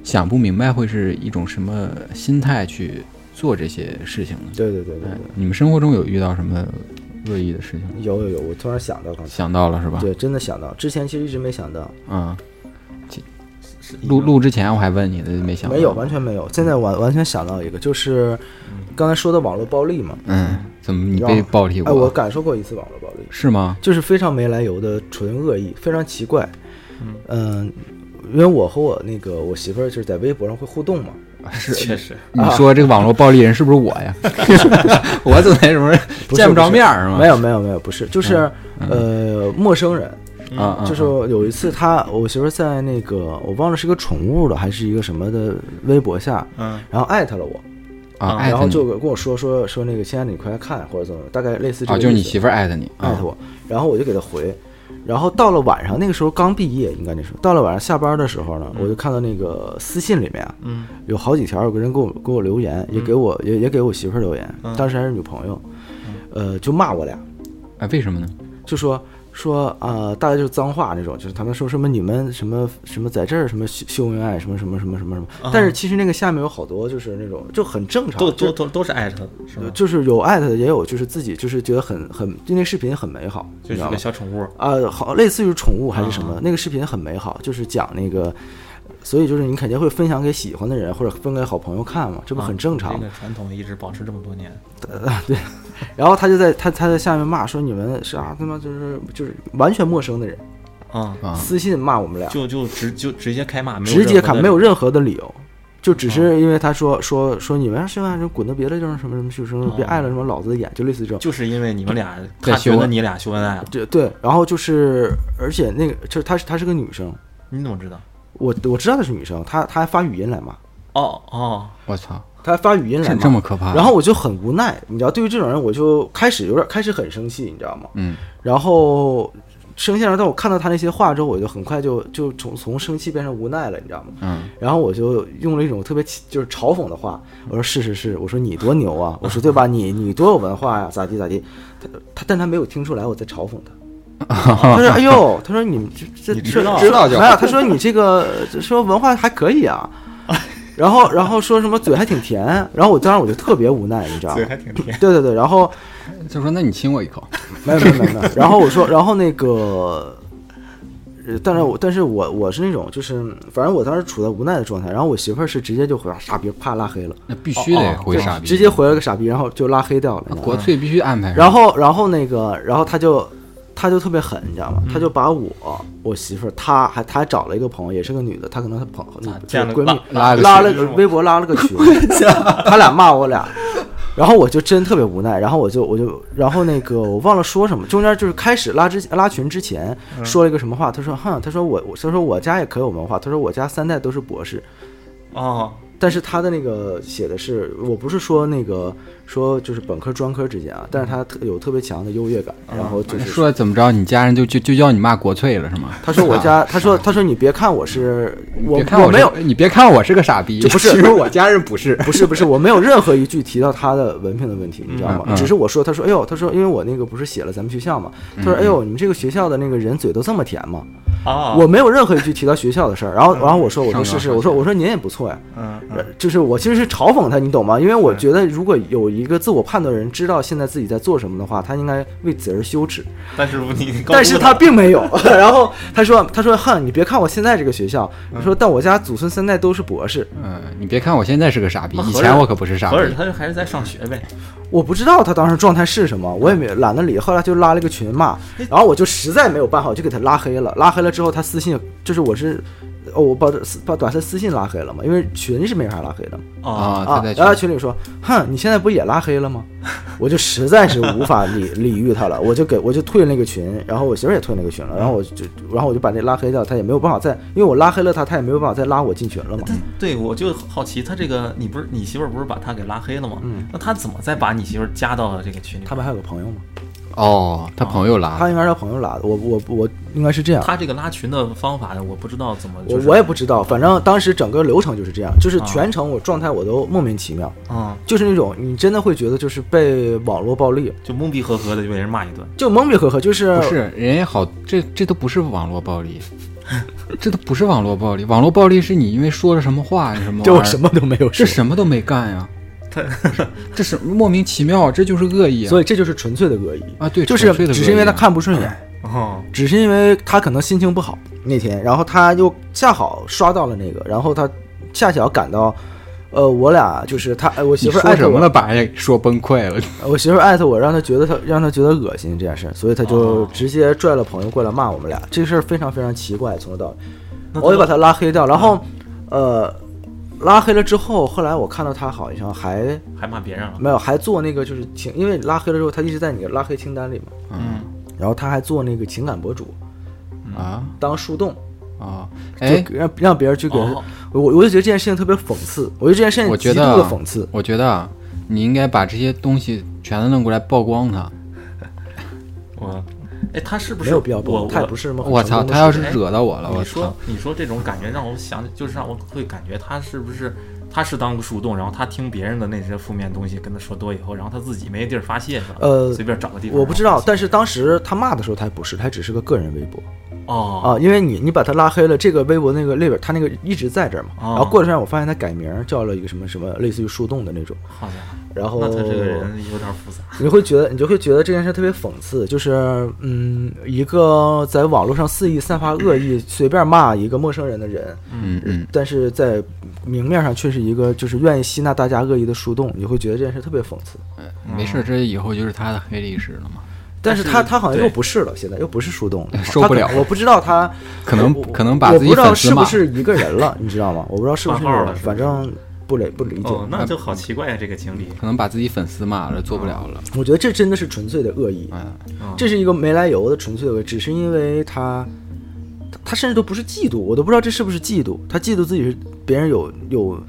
Speaker 1: 想不明白会是一种什么心态去做这些事情呢？
Speaker 2: 对对对对
Speaker 1: 哎
Speaker 2: 对。，
Speaker 1: 你们生活中有遇到什么恶意的事情，
Speaker 2: 有有有，我突然想到刚才，
Speaker 1: 想到了是吧？
Speaker 2: 对，真的想到，之前其实一直没想到，
Speaker 1: 嗯，
Speaker 3: 是
Speaker 1: 录录之前我还问你呢，没想到。
Speaker 2: 没有，完全没有。现在完完全想到一个，就是刚才说的网络暴力嘛，
Speaker 1: 嗯，怎么你
Speaker 2: 然
Speaker 1: 被
Speaker 2: 后
Speaker 1: 暴力
Speaker 2: 哎，
Speaker 1: 过？
Speaker 2: 我感受过一次网络暴力，
Speaker 1: 是吗？
Speaker 2: 就是非常没来由的纯恶意，非常奇怪。嗯，因为我和我那个我媳妇儿就是在微博上会互动嘛，
Speaker 1: 是。
Speaker 3: 确实
Speaker 1: 你
Speaker 2: 啊
Speaker 1: 说这个网络暴力人是不是我 呀？我总得什么
Speaker 2: 不是
Speaker 1: 见着面儿是吗？
Speaker 2: 没有没有没有，不是，就是
Speaker 1: 嗯
Speaker 2: 呃陌生人，
Speaker 1: 有啊，
Speaker 2: 就是有一次她我媳妇儿在那个我忘了是个宠物的还是一个什么的微博下，
Speaker 3: 嗯
Speaker 2: 然后艾特了我，
Speaker 1: 啊，
Speaker 3: 嗯
Speaker 1: 艾
Speaker 2: 然
Speaker 1: 特
Speaker 2: 后
Speaker 1: 你
Speaker 2: 就跟我说说说那个亲爱的你快来看或者怎么，大概类似这
Speaker 1: 啊，
Speaker 2: 个意思。
Speaker 1: 就是你媳妇儿艾特你，
Speaker 2: 艾
Speaker 1: 啊
Speaker 2: 特我，然后我就给他回，然后到了晚上，那个时候刚毕业，应该那时候到了晚上下班的时候呢，我就看到那个私信里面啊，
Speaker 3: 嗯
Speaker 2: 有好几条有个人给我给我留言，也给我也也给我媳妇儿留言，
Speaker 3: 嗯
Speaker 2: 当时还是女朋友，呃，就骂我俩，
Speaker 1: 哎，为什么呢？
Speaker 2: 就说说啊、呃大概就是脏话那种，就是他们说什么你们什么什么在这儿什么秀秀恩爱什么什么什么什么什么，但是其实那个下面有好多就是那种就很正常，
Speaker 3: 啊都
Speaker 2: 就
Speaker 3: 都都都是艾特的，是
Speaker 2: 呃
Speaker 3: 吧？
Speaker 2: 就是有艾特的，也有就是自己就是觉得很很，就那视频很美好，你
Speaker 3: 就
Speaker 2: 知
Speaker 3: 是
Speaker 2: 道
Speaker 3: 个
Speaker 2: 吗？
Speaker 3: 小宠物，
Speaker 2: 啊、好，类似于宠物还是什么，
Speaker 3: 啊
Speaker 2: 那个视频很美好，就是讲那个，所以就是你肯定会分享给喜欢的人或者分给好朋友看嘛，这不很正常
Speaker 3: 啊这
Speaker 2: 吗？
Speaker 3: 个传统一直保持这么多年，
Speaker 2: 然后他就在他他在下面骂说你们是啊他妈就是就是完全陌生的人、
Speaker 3: 啊，
Speaker 1: 啊
Speaker 2: 私信骂我们俩，
Speaker 3: 就就直就直接开骂，没有
Speaker 2: 直接
Speaker 3: 任何
Speaker 2: 看
Speaker 3: 的啊
Speaker 2: 没有任何的理由。就只是因为他说说说你们啊是吧，就滚到别的地方什么什么去，什么别
Speaker 3: 啊
Speaker 2: 碍了什么老子的眼，就类似这种。
Speaker 3: 就是因为你们俩，
Speaker 1: 在
Speaker 3: 他
Speaker 1: 秀
Speaker 3: 觉
Speaker 1: 恩
Speaker 3: 得你俩秀恩爱了，
Speaker 2: 对对，然后就是，而且那个就是她是她是个女生，
Speaker 3: 你怎么知道？
Speaker 2: 我我知道她是女生，她她还发语音来骂，
Speaker 3: 哦哦，
Speaker 1: 我操，
Speaker 2: 她还发语音来
Speaker 1: 这
Speaker 2: 骂，
Speaker 1: 这么可怕？
Speaker 2: 然后我就很无奈，你知道，对于这种人，我就开始有点开始很生气，你知道吗？
Speaker 1: 嗯，
Speaker 2: 然后生气了，但我看到他那些话之后，我就很快就就从从生气变成无奈了，你知道吗？
Speaker 1: 嗯，
Speaker 2: 然后我就用了一种特别气就是嘲讽的话，我说是是是，我说你多牛啊，我说对吧？你你多有文化呀、咋地咋地？他他但他没有听出来我在嘲讽他。他说：“哎呦，他说你们这这
Speaker 3: 你知道
Speaker 2: 这
Speaker 3: 知
Speaker 1: 道就好
Speaker 2: 没有？他说你这个这说文化还可以 啊，然后然后说什么嘴还挺甜，然后我当时我就特别无奈，你知道吗？
Speaker 3: 挺甜，
Speaker 2: 对对对，然后
Speaker 1: 就说那你亲我一口，
Speaker 2: 没有没有没有没有，然后我说，然后那个，呃但是我但是我我是那种就是，反正我当时处在无奈的状态，然后我媳妇儿是直接就回啊傻逼，啪拉黑了，
Speaker 1: 那必须得回傻逼，
Speaker 2: 哦直接回了个傻逼，然后就拉黑掉了，你知道吗
Speaker 1: 国粹必须安排上。
Speaker 2: 然后然后那个，然后他就。他就特别狠，你知道
Speaker 1: 嗯
Speaker 2: 吗？他就把我、我媳妇儿，他还他还找了一个朋友，也是个女的，她可能她朋友
Speaker 3: 见了
Speaker 2: 闺蜜
Speaker 1: 拉个
Speaker 2: 拉
Speaker 1: 群
Speaker 2: 了个微博拉了 个群，他俩骂我俩，然后我就真特别无奈，然后我就我就然后那个我忘了说什么，中间就是开始拉之拉群之前
Speaker 1: 嗯
Speaker 2: 说了一个什么话，他说哼，他说我我他说我家也可有文化，他说我家三代都是博士，
Speaker 3: 哦，
Speaker 2: 但是他的那个写的是，我不是说那个说就是本科专科之间啊，但是他特有特别强的优越感，然后就
Speaker 1: 嗯
Speaker 2: 是
Speaker 1: 说怎么着，你家人就就就叫你骂国粹了是吗？
Speaker 2: 他说 我家，他说他说你别看我是我
Speaker 1: 别看我
Speaker 2: 没 有
Speaker 1: 是，你别看我是个傻逼，
Speaker 2: 就不是
Speaker 1: 其实我家人不是。
Speaker 2: 不是不是，我没有任何一句提到他的文凭的问题，你知道
Speaker 1: 嗯
Speaker 2: 吗？
Speaker 1: 嗯
Speaker 2: 只是我说，他说，哎呦，他说，因为我那个不是写了咱们学校嘛，
Speaker 1: 嗯
Speaker 2: 他说，哎呦，你们这个学校的那个人嘴都这么甜吗？
Speaker 3: 啊，
Speaker 2: 我没有任何一句提到学校的事儿，然后然后我说，我
Speaker 1: 上
Speaker 2: 说
Speaker 1: 纲
Speaker 2: 是是，
Speaker 1: 上
Speaker 2: 我说我说您也不错呀，
Speaker 3: 嗯
Speaker 2: 呃就是我其实是嘲讽他，你懂吗？因为我觉得如果有一个自我判断的人知道现在自己在做什么的话，他应该为此而羞耻。
Speaker 3: 但是你告诉
Speaker 2: 但是
Speaker 3: 我
Speaker 2: 他并没有。 然后他说：“他说，哼，你别看我现在这个学校，
Speaker 3: 嗯
Speaker 2: 他说，但我家祖孙三代都是博士。
Speaker 1: 嗯，你别看我现在是个傻逼
Speaker 3: 那，合
Speaker 1: 以
Speaker 3: 着
Speaker 1: 前我可不是傻逼
Speaker 3: 合。着他就还是在上学呗，
Speaker 2: 我不知道他当时状态是什么，我也没懒得理。后来就拉了个群骂，然后我就实在没有办法，我就给他拉黑了。拉黑了之后，他私信就是我是，哦，我把私把把他私信拉黑了嘛，因为群是没法拉黑的嘛。
Speaker 3: 哦
Speaker 1: 啊，他
Speaker 2: 啊，
Speaker 1: 在
Speaker 2: 然后他群里说，哼，你现在不也拉黑了吗？我就实在是无法理理喻他了，我就给我就退那个群，然后我媳妇儿也退那个群了，然后我就然后我就把这拉黑掉，他也没有办法再，因为我拉黑了他，他也没有办法再拉我进群了嘛。
Speaker 3: 他对我就好奇，他这个你不是你媳妇儿不是把他给拉黑了吗？那他怎么再把你媳妇儿加到这个群里？
Speaker 2: 嗯他不还有个朋友吗？
Speaker 1: 哦，他朋友拉
Speaker 2: 他应该是他朋友拉的，我我我应该是这样，
Speaker 3: 他这个拉群的方法我不知道怎么，
Speaker 2: 我
Speaker 3: 就是
Speaker 2: 我也不知道，反正当时整个流程就是这样，
Speaker 1: 啊
Speaker 2: 就是全程我状态我都莫名其妙，
Speaker 3: 嗯，
Speaker 2: 就是那种你真的会觉得就是被网络暴力，
Speaker 3: 就懵逼呵呵的就被人骂一顿，
Speaker 2: 就懵逼呵呵，就是
Speaker 1: 不是人也好，这这都不是网络暴力， 这都不是网络暴力。网络暴力是你因为说了什么话什么玩意儿，
Speaker 2: 这我什么都没有
Speaker 1: 这
Speaker 2: 说。
Speaker 1: 什么都没干呀， 这是莫名其妙，这就是恶意啊！
Speaker 2: 所以这就是纯粹的恶意，
Speaker 1: 啊，对，
Speaker 2: 就是
Speaker 1: 纯粹的
Speaker 2: 只
Speaker 1: 恶
Speaker 2: 是因
Speaker 1: 意
Speaker 2: 为
Speaker 1: 啊
Speaker 2: 他看不顺眼，
Speaker 3: 哦，
Speaker 2: 只是因为他可能心情不好那天，然后他又恰好刷到了那个，然后他恰巧感到，呃，我俩就是他，呃我媳
Speaker 1: 你
Speaker 2: 妇儿
Speaker 1: 说
Speaker 2: 艾
Speaker 1: 什
Speaker 2: 特
Speaker 1: 么
Speaker 2: 我，
Speaker 1: 了？把人说崩溃了，
Speaker 2: 呃我媳妇儿艾特我，让他觉得他让他觉得恶心这件事，所以他就
Speaker 3: 哦
Speaker 2: 直接拽了朋友过来骂我们俩，这事儿非常非常奇怪，从头到尾。
Speaker 3: 那
Speaker 2: 我也
Speaker 3: 他
Speaker 2: 把他拉黑掉。然后，呃，拉黑了之后，后来我看到他好像还
Speaker 3: 还骂别人了，
Speaker 2: 没有，还做那个就是情，因为拉黑了之后，他一直在你的拉黑清单里嘛。
Speaker 3: 嗯，
Speaker 2: 然后他还做那个情感博主，
Speaker 1: 啊
Speaker 2: 当树洞，
Speaker 1: 啊！哎，
Speaker 2: 嗯就让让别人去给
Speaker 3: 哦
Speaker 2: 我，我就觉得这件事情特别讽刺，我觉得这件事情
Speaker 1: 我
Speaker 2: 极
Speaker 1: 觉
Speaker 2: 度
Speaker 1: 得啊
Speaker 2: 的讽刺。
Speaker 1: 我觉得啊，你应该把这些东西全都弄过来曝光它。
Speaker 3: 我，哎，他是不
Speaker 2: 嗯没
Speaker 3: 是
Speaker 2: 有必要
Speaker 3: 我
Speaker 2: 报，
Speaker 3: 我
Speaker 2: 他也不是什么很
Speaker 1: 我
Speaker 2: 成
Speaker 1: 操，
Speaker 2: 功的
Speaker 1: 他要
Speaker 2: 事哎
Speaker 1: 是惹到我了，我
Speaker 3: 你
Speaker 1: 操
Speaker 3: 说！你说这种感觉让我想，就是让我会感觉他是不是他是当个树洞，然后他听别人的那些负面东西跟他说多以后，然后他自己没地儿发泄是吧？
Speaker 2: 呃
Speaker 3: 随便找个地方。
Speaker 2: 我不知道，但是当时他骂的时候，他还不是，他只是个个人微博
Speaker 3: 哦
Speaker 2: 啊，因为你你把他拉黑了，这个微博那个列表，他那个一直在这儿嘛。
Speaker 3: 哦
Speaker 2: 然后过了段时间，我发现他改名儿叫了一个什么什么，类似于树洞的那种。
Speaker 3: 好家伙，
Speaker 2: 然后
Speaker 3: 那他这个人有点复杂。
Speaker 2: 你会觉得，你就会觉得这件事特别讽刺，就是嗯，一个在网络上肆意散发恶意、随便骂一个陌生人的人，
Speaker 1: 嗯嗯，
Speaker 2: 但是在明面上却是一个就是愿意吸纳大家恶意的树洞，你会觉得这件事特别讽刺。
Speaker 1: 没事，这以后就是他的黑历史了嘛。
Speaker 2: 但是他
Speaker 3: 但是
Speaker 2: 他好像
Speaker 3: 对
Speaker 2: 又不是了，现在又不是树洞了，
Speaker 1: 受不了
Speaker 2: 他可我不知道他
Speaker 1: 可能
Speaker 2: 我
Speaker 1: 可能把
Speaker 2: 我
Speaker 1: 自己
Speaker 2: 不知道
Speaker 1: 粉丝
Speaker 2: 是不
Speaker 1: 骂
Speaker 2: 是一个人了，你知道吗？我不知道是不是一个
Speaker 3: 换号
Speaker 2: 人，
Speaker 3: 了是不
Speaker 2: 反
Speaker 3: 是
Speaker 2: 正不理不理解。
Speaker 3: 哦，那就好奇怪呀，这个经历。
Speaker 1: 可能把自己粉丝骂了，做不了了。
Speaker 2: 我觉得这真的是纯粹的恶意。
Speaker 1: 嗯，
Speaker 3: 嗯
Speaker 2: 这是一个没来由的纯粹的，只是因为他，他他甚至都不是嫉妒，我都不知道这是不是嫉妒，他嫉妒自己是别人有有，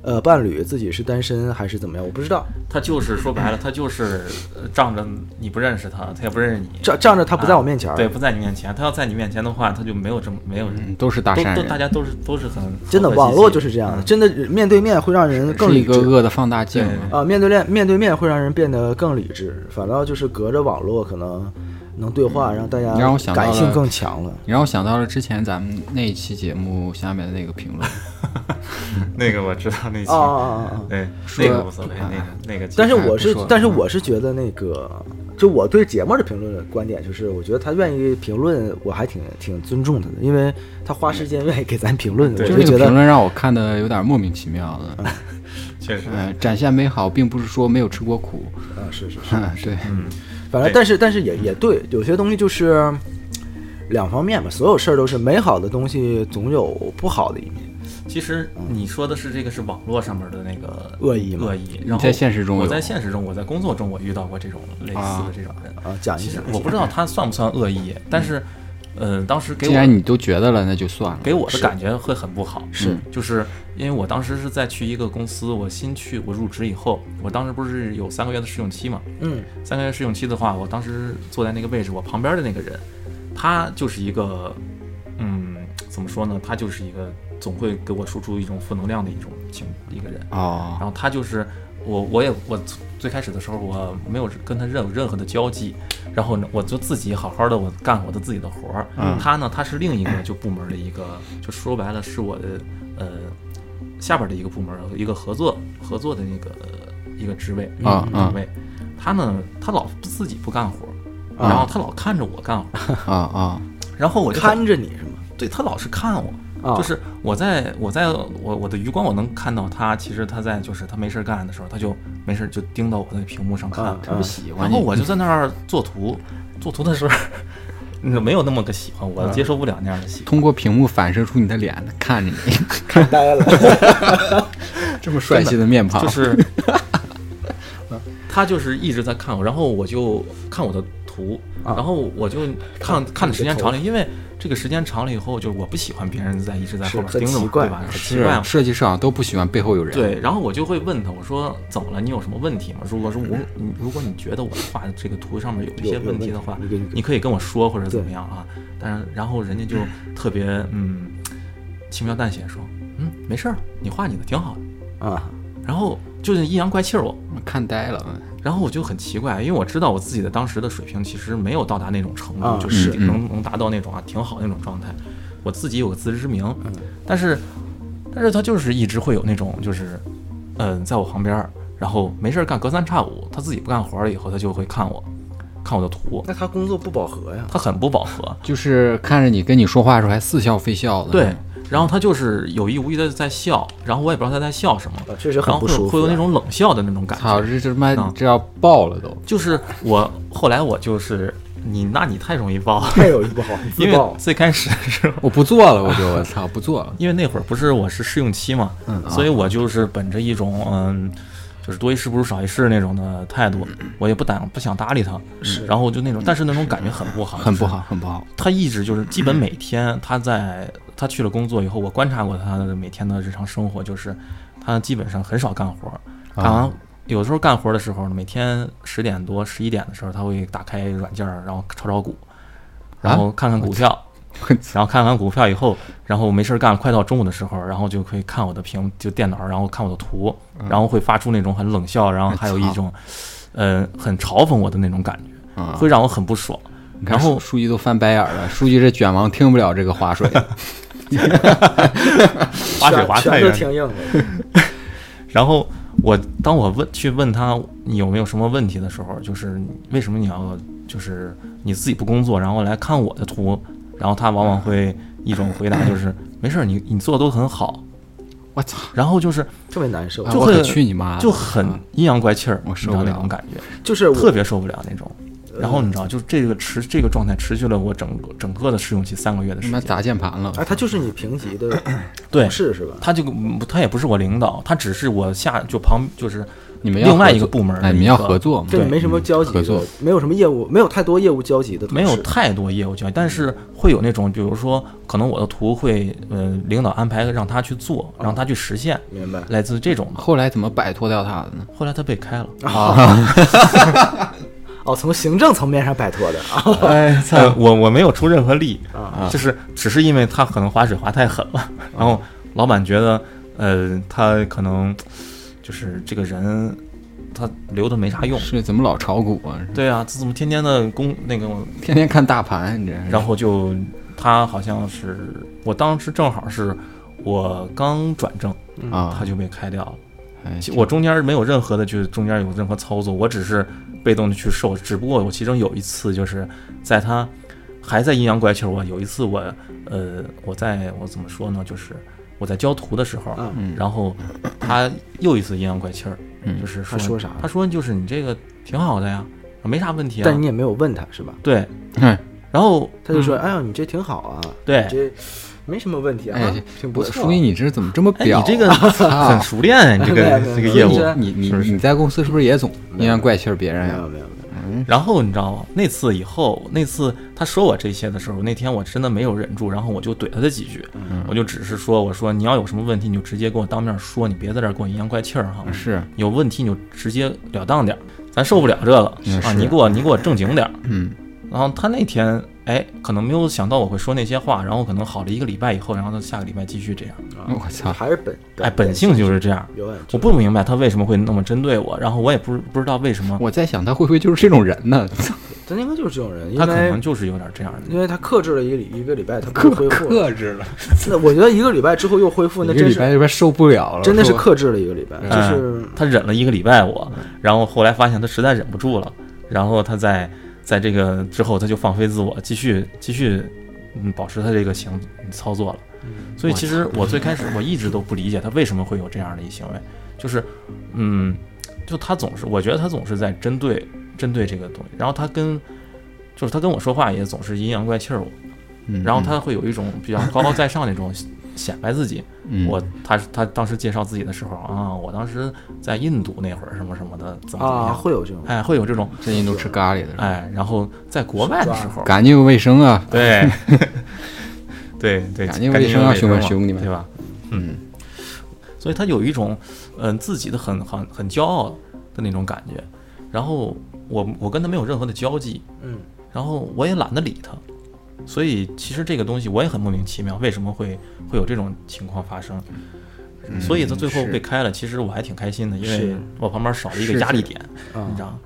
Speaker 2: 呃，伴侣，自己是单身还是怎么样，我不知道。
Speaker 3: 他就是说白了，他就是呃仗着你不认识他，他也不认识你，
Speaker 2: 仗仗着他不在我面前，
Speaker 3: 啊对，，不在你面前。他要在你面前的话，他就没有这么没有人，
Speaker 1: 嗯都是大
Speaker 3: 都
Speaker 1: 善
Speaker 3: 都大
Speaker 1: 人，
Speaker 3: 家都是都是很
Speaker 2: 真的网络就是这样的，
Speaker 3: 嗯
Speaker 2: 真的面对面会让人更
Speaker 1: 是一
Speaker 2: 理
Speaker 1: 个
Speaker 2: 智。
Speaker 1: 恶的放大镜。
Speaker 3: 对
Speaker 2: 啊、面对面面对面会让人变得更理智，反倒就是隔着网络可能能对话，让大家
Speaker 1: 你让我想到
Speaker 2: 感性
Speaker 1: 了
Speaker 2: 更强了。
Speaker 1: 你让我想到了之前咱们那一期节目下面的那个评 论，
Speaker 3: 那个我知道那期
Speaker 2: 啊啊啊啊！
Speaker 3: 对，
Speaker 1: 说
Speaker 3: 那个无所谓，
Speaker 1: 啊
Speaker 3: 那个那个其实。
Speaker 2: 但是
Speaker 1: 哎
Speaker 2: 我
Speaker 1: 不
Speaker 2: 是
Speaker 1: 说了，
Speaker 2: 但是我是觉得那个，就我对节目的评论的观点就是，我觉得他愿意评论，我还挺挺尊重他的，因为他花时间愿意给咱评论，我
Speaker 3: 对
Speaker 1: 就
Speaker 2: 就
Speaker 1: 那
Speaker 2: 觉
Speaker 1: 个评
Speaker 2: 得
Speaker 1: 论让我看的有点莫名其妙
Speaker 3: 嗯
Speaker 1: 的。
Speaker 3: 确实，
Speaker 1: 嗯，展现美好，并不是说没有吃过苦。
Speaker 2: 啊，是是是，
Speaker 1: 嗯，对，
Speaker 3: 嗯，
Speaker 2: 反正但是但是也也对，有些东西就是两方面嘛，所有事儿都是美好的东西总有不好的一面，
Speaker 3: 其实你说的是这个是网络上面的那个
Speaker 2: 恶意嘛
Speaker 3: 恶
Speaker 1: 你
Speaker 3: 意，然后
Speaker 1: 在现实中
Speaker 3: 我
Speaker 1: 有
Speaker 3: 在现实中，我在工作中我遇到过这种类似
Speaker 1: 啊
Speaker 3: 的这种人，
Speaker 2: 啊，讲一
Speaker 3: 其实
Speaker 2: 讲，
Speaker 3: 我不知道他算不算恶意，但是，嗯，当时给
Speaker 1: 既然
Speaker 3: 我
Speaker 1: 你都觉得了，那就算了。
Speaker 3: 给我的感觉会很不好，
Speaker 2: 是
Speaker 3: 就是因为我当时是在去一个公司，我新去我入职以后，我当时不是有三个月的试用期嘛，
Speaker 2: 嗯
Speaker 3: 三个月试用期的话，我当时坐在那个位置，我旁边的那个人，他就是一个，嗯，怎么说呢？他就是一个总会给我输出一种负能量的一种情一个人。
Speaker 1: 哦
Speaker 3: 然， 后他就是我，我也我最开始的时候我没有跟他任任何的交际，然后呢，我就自己好好的我干我的自己的活儿。
Speaker 1: 嗯
Speaker 3: 他呢，他是另一个就部门的一个，就说白了是我的呃下边的一个部门一个合作合作的那个一个职位
Speaker 1: 啊
Speaker 3: 一个
Speaker 1: 啊
Speaker 3: 职位。他呢，他老自己不干活儿。
Speaker 1: 啊
Speaker 3: 然后他老看着我干活儿，
Speaker 1: 啊啊，
Speaker 3: 然后我就
Speaker 2: 看着你是吗？
Speaker 3: 对他老是看我，
Speaker 2: 啊，
Speaker 3: 就是我在我在我我的余光我能看到他，其实他在就是他没事儿干的时候，他就没事儿就盯到我的屏幕上看，
Speaker 2: 啊
Speaker 1: 特别喜欢
Speaker 3: 然
Speaker 1: 你。
Speaker 3: 后我就在那儿做图，做图的时候。嗯没有那么个喜欢，
Speaker 2: 啊
Speaker 3: 我接受不了那样的喜欢。
Speaker 1: 通过屏幕反射出你的脸， 看着你
Speaker 2: 看呆了，
Speaker 1: 这么帅气的面庞，
Speaker 3: 就是， 他就是一直在看我，然后我就看我的图，
Speaker 2: 啊
Speaker 3: 然后我就看看的时间
Speaker 2: 看你的
Speaker 3: 长了，因为这个时间长了以后，就是我不喜欢别人在一直在
Speaker 2: 是
Speaker 3: 后边
Speaker 2: 很
Speaker 3: 盯着我，
Speaker 2: 奇怪
Speaker 3: 对吧？很奇怪，
Speaker 1: 设计师好像都不喜欢背后有人。
Speaker 3: 对，然后我就会问他，我说怎么了？你有什么问题吗？如果说我，你如果你觉得我画的这个图上面有
Speaker 2: 有
Speaker 3: 一些
Speaker 2: 有
Speaker 3: 问题
Speaker 2: 问
Speaker 3: 的
Speaker 2: 题
Speaker 3: 话
Speaker 2: 你给你，
Speaker 3: 你可以跟我说或者怎么
Speaker 2: 对
Speaker 3: 样啊。但是然后人家就特别嗯轻描淡写说，嗯没事儿，你画你的挺好的。
Speaker 2: 啊，
Speaker 3: 然后就是阴阳怪气儿我，
Speaker 1: 看呆了。
Speaker 3: 然后我就很奇怪，因为我知道我自己的当时的水平其实没有到达那种程度，
Speaker 2: 啊
Speaker 3: 就是
Speaker 1: 是
Speaker 3: 能能达到那种啊挺好那种状态。我自己有个自知之明，但是但是他就是一直会有那种就是，嗯、在我旁边儿，然后没事儿干，隔三差五他自己不干活儿了以后，他就会看我，看我的图，
Speaker 2: 那他工作不饱和呀？
Speaker 3: 他很不饱和。
Speaker 1: 就是看着你跟你说话的时候还似笑非笑
Speaker 2: 嗯
Speaker 1: 的。
Speaker 3: 对，，然后他就是有意无意的在笑，然后我也不知道他在笑什么，
Speaker 2: 啊，确实
Speaker 3: 然
Speaker 2: 很
Speaker 3: 后
Speaker 2: 不
Speaker 3: 会有
Speaker 2: 舒服
Speaker 3: 会
Speaker 2: 啊。
Speaker 3: 有那种冷笑的那种感
Speaker 1: 操，
Speaker 3: 觉。
Speaker 1: 这这他妈
Speaker 3: 嗯
Speaker 1: 这要爆了都。
Speaker 3: 就是我后来我就是你，那你太容易爆了，
Speaker 2: 太有不好，自
Speaker 3: 因为
Speaker 2: 爆。
Speaker 3: 最开始的时候，
Speaker 1: 我不做了，我 就我操不做了。
Speaker 3: 因为那会儿不是我是试用期嘛，
Speaker 1: 嗯，
Speaker 3: 所以我就是本着一种嗯，就是多一事不如少一事那种的态度，我也不搭不想搭理他，
Speaker 2: 是
Speaker 3: 然后就那种，但是那种感觉很不好，
Speaker 1: 很不
Speaker 3: 就是
Speaker 1: 好，很不好。
Speaker 3: 他一直就是基本每天他
Speaker 1: 嗯
Speaker 3: 在他去了工作以后，我观察过他的每天的日常生活，就是他基本上很少干活，
Speaker 1: 啊
Speaker 3: 干完有的时候干活的时候，每天十点多十一点的时候，他会打开软件儿，然后炒炒股，然后看看股票，
Speaker 1: 啊我操
Speaker 3: 然后看完股票以后，然后没事儿干了，快到中午的时候，然后就可以看我的屏，就电脑，然后看我的图，
Speaker 1: 嗯
Speaker 3: 然后会发出那种很冷笑，然后还有一种，呃，很嘲讽我的那种感觉，
Speaker 1: 啊！
Speaker 3: 会让我很不爽。
Speaker 1: 你看
Speaker 3: 然后
Speaker 1: 书书记都翻白眼儿了，书记这卷王听不了这个划 水。
Speaker 3: 滑水滑
Speaker 2: 拳拳
Speaker 3: 太远
Speaker 2: 头。挺硬的，
Speaker 3: 然后我当我问去问他你有没有什么问题的时候，就是为什么你要就是你自己不工作，然后来看我的图，然后他往往会一种回答就是没事儿，你你做的都很好，
Speaker 1: 我操！
Speaker 3: 然后就是
Speaker 2: 特别难受
Speaker 1: 啊。
Speaker 3: 就
Speaker 1: 我可
Speaker 3: 很
Speaker 1: 去你妈的！
Speaker 3: 就很阴阳怪气儿，
Speaker 1: 我
Speaker 3: 你知
Speaker 1: 受
Speaker 3: 道
Speaker 1: 不
Speaker 3: 那
Speaker 1: 了
Speaker 3: 种感觉。
Speaker 2: 就是我
Speaker 3: 特别受不了那种。
Speaker 2: 呃
Speaker 3: 然后你知道，就是这个持这个状态持续了我整个整个的试用期三个月的
Speaker 1: 他
Speaker 3: 时
Speaker 1: 妈
Speaker 3: 间。
Speaker 1: 砸键盘了！
Speaker 2: 哎，他就是你评级的
Speaker 3: 对
Speaker 2: 同，事是吧？
Speaker 3: 他就嗯他也不是我领导，他只是我下就旁就是
Speaker 1: 你们要
Speaker 3: 另外
Speaker 1: 合
Speaker 3: 一个
Speaker 1: 作
Speaker 3: 部门儿的
Speaker 1: 哎，
Speaker 3: 一个，
Speaker 1: 你们要合作吗？
Speaker 2: 这没什么交集
Speaker 1: 合作
Speaker 2: 的，没有什么业务，没有太多业务交集的同
Speaker 3: 没有
Speaker 2: 事
Speaker 3: 太多业务交易，但是会有那种，比如说可能我的图会呃领导安排让他去做，让他去实现，
Speaker 2: 明白？
Speaker 3: 来自这种的。
Speaker 1: 后来怎么摆脱掉他的呢？啊
Speaker 3: 后来他被开了，
Speaker 2: 哦，从行政层面上摆脱的 啊，
Speaker 3: 哎，我我没有出任何力，就是只是因为他可能划水划太狠了，然后老板觉得，呃，他可能就是这个人，他留的没啥 用。
Speaker 1: 是怎么老炒股啊？
Speaker 3: 对啊，这怎么天天的工那个，
Speaker 1: 天天看大盘，你这是
Speaker 3: 然后就他好像是我当时正好是我刚转正，
Speaker 1: 啊
Speaker 3: 他，就被开掉了。
Speaker 1: 哎
Speaker 3: 其我中间没有任何的，就是中间有任何操作，我只是被动的去受。只不过我其中有一次，就是在他还在阴阳怪气儿我，有一次我呃，我在我怎么说呢，就是我在教图的时候，
Speaker 2: 嗯
Speaker 1: 嗯
Speaker 3: 然后他又一次阴阳怪气儿，
Speaker 1: 嗯
Speaker 3: 就是
Speaker 2: 他说啥了
Speaker 3: 他说就是你这个挺好的呀，没啥问题啊
Speaker 2: 但。你也没有问他是吧？
Speaker 3: 对，
Speaker 1: 哎
Speaker 3: 然后
Speaker 2: 他就说：“
Speaker 3: 嗯
Speaker 2: 哎呦，你这挺好啊，
Speaker 3: 对
Speaker 2: 你，这没什么问题啊
Speaker 1: 哎，
Speaker 2: 挺不
Speaker 1: 我
Speaker 2: 错
Speaker 1: 书记，。你这是怎么这么啊
Speaker 3: 哎，
Speaker 1: 表？
Speaker 3: 你这个很熟练啊，你 这
Speaker 2: 对
Speaker 3: 个
Speaker 2: 对
Speaker 3: 这个
Speaker 2: 对
Speaker 3: 业务
Speaker 2: 一直。
Speaker 1: 你你
Speaker 3: 是不是
Speaker 1: 你在公司是不是也总阴阳怪气儿别”人
Speaker 2: 没
Speaker 1: 呀
Speaker 2: 有？没有没有，
Speaker 3: 然后你知道吗？那次以后，那次他说我这些的时候，那天我真的没有忍住，然后我就怼了他几句，
Speaker 1: 嗯
Speaker 3: 我就只是说，我说你要有什么问题，你就直接跟我当面说，你别在这儿跟我阴阳怪气儿哈。
Speaker 1: 嗯是，
Speaker 3: 有问题你就直截了当点儿，咱受不了这个
Speaker 1: 嗯
Speaker 3: 啊！
Speaker 1: 是
Speaker 3: 你给我你给我正经点儿。
Speaker 1: 嗯，
Speaker 3: 然后他那天哎，可能没有想到我会说那些话，然后可能好了一个礼拜以后，然后他下个礼拜继续这样。
Speaker 1: 我操，
Speaker 2: 啊还是本
Speaker 3: 哎，本性就是这样。
Speaker 2: 有点
Speaker 3: 我不明白他为什么会那么针对我，然后我也不不知道为什么，
Speaker 1: 我在想他会不会就是这种人 呢？
Speaker 2: 他应该就是这种人，因
Speaker 3: 他可
Speaker 2: 为
Speaker 3: 能就是有点这样的。
Speaker 2: 因为他克制了一个礼一个礼拜，他不恢复了。
Speaker 1: 制了，
Speaker 2: 那我觉得一个礼拜之后又恢复，
Speaker 1: 一
Speaker 2: 那
Speaker 1: 个
Speaker 2: 真
Speaker 1: 礼
Speaker 2: 是
Speaker 1: 拜这嗯边受不了了，
Speaker 2: 真的是
Speaker 1: 说
Speaker 2: 克制了一个礼拜，就是
Speaker 3: 他忍了一个礼拜我，然后后来发现他实在忍不住了，然后他在在这个之后他就放飞自我，继续继续嗯保持他这个行操作了。所以其实我最开始我一直都不理解他为什么会有这样的一行为，就是嗯，就他总是我觉得他总是在针对针对这个东西，然后他跟就是他跟我说话也总是阴阳怪气儿我，
Speaker 1: 嗯
Speaker 3: 然后他会有一种比较高高在上那种显摆自己，
Speaker 1: 嗯
Speaker 3: 我他他当时介绍自己的时候啊，我当时在印度那会儿什么什么的，
Speaker 1: 嗯
Speaker 3: 怎么怎么
Speaker 2: 啊，
Speaker 3: 样，
Speaker 2: 会有这种。
Speaker 3: 哎，会有这种
Speaker 1: 最近都吃咖喱的人，
Speaker 3: 哎，然后在国外的时候，
Speaker 1: 干净卫生啊，
Speaker 3: 对对对，
Speaker 1: 感情卫生啊
Speaker 3: 感情卫
Speaker 1: 兄弟兄弟们
Speaker 3: 对吧？
Speaker 1: 嗯，
Speaker 3: 所以他有一种嗯、自己的很很很骄傲的那种感觉，然后我我跟他没有任何的交际，
Speaker 2: 嗯，
Speaker 3: 然后我也懒得理他。所以其实这个东西我也很莫名其妙，为什么会会有这种情况发生？所以他最后
Speaker 1: 嗯是
Speaker 3: 被开了，其实我还挺开心的，因为
Speaker 2: 是
Speaker 3: 我旁边少了一个
Speaker 1: 是
Speaker 3: 压力
Speaker 1: 是
Speaker 3: 点，你知
Speaker 2: 啊，
Speaker 3: 道吗？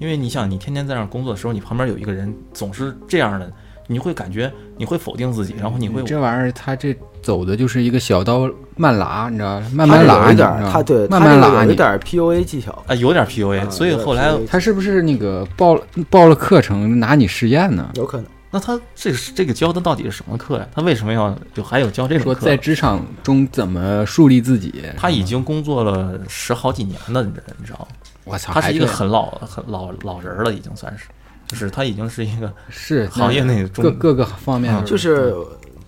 Speaker 3: 因为你想，你天天在那儿工作的时候，你旁边有一个人总是这样的，你会感觉你会否定自己，然后你
Speaker 2: 嗯
Speaker 3: 会
Speaker 1: 嗯这玩意儿，他这走的就是一个小刀慢拉，你知道吗？慢
Speaker 2: 他
Speaker 1: 慢
Speaker 2: 这
Speaker 1: 拉
Speaker 2: 有一
Speaker 1: 你，
Speaker 2: 点儿，
Speaker 1: 你知道吗
Speaker 2: 他对
Speaker 1: 慢
Speaker 2: 他
Speaker 1: 慢
Speaker 2: 这个
Speaker 1: 拉
Speaker 2: 有一
Speaker 1: 你。
Speaker 2: 点儿 PUA 技巧。
Speaker 3: 啊有点
Speaker 2: 啊
Speaker 3: PUA，所以
Speaker 2: 有点
Speaker 3: 后来
Speaker 2: PUA
Speaker 1: 他是不是那个报了报了课程拿你实验呢？
Speaker 2: 有可能，
Speaker 3: 那他这是这个教的到底是什么课呀？他为什么要就还有教这种
Speaker 1: 说
Speaker 3: 课
Speaker 1: 在？职场中怎么树立自己？
Speaker 3: 他已经工作了十好几年的人，你知道吗？
Speaker 1: 我操，
Speaker 3: 他
Speaker 1: 还
Speaker 3: 是一个
Speaker 1: 这样
Speaker 3: 很老很老老人儿了，已经算是，就是他已经是一个
Speaker 1: 是
Speaker 3: 行业内中
Speaker 1: 各各个方面
Speaker 3: 啊
Speaker 1: 都
Speaker 2: 就是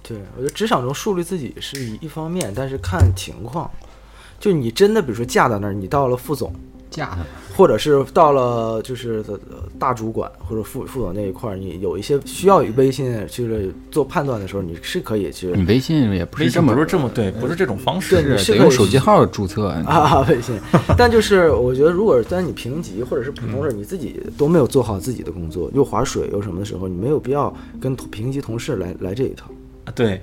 Speaker 2: 对我觉得职场中树立自己是一一方面，但是看情况。就你真的，比如说架到那儿，你到了副总，
Speaker 1: 架他。
Speaker 2: 或者是到了就是呃大主管或者副副总那一块儿，你有一些需要微信就是做判断的时候，你是可以去
Speaker 1: 你微信也不
Speaker 3: 微
Speaker 1: 是
Speaker 3: 信
Speaker 1: 这么
Speaker 3: 不是这么对，不是这种方
Speaker 2: 对
Speaker 3: 式
Speaker 2: 你。
Speaker 1: 是
Speaker 2: 是
Speaker 1: 得
Speaker 2: 可
Speaker 1: 用
Speaker 2: 以
Speaker 1: 手机号注册。
Speaker 2: 啊微信。但就是我觉得，如果是在你评级或者是普通人，你自己都没有做好自己的工作，又划水又什么的时候，你没有必要跟同评级同事来来这一套。
Speaker 3: 对，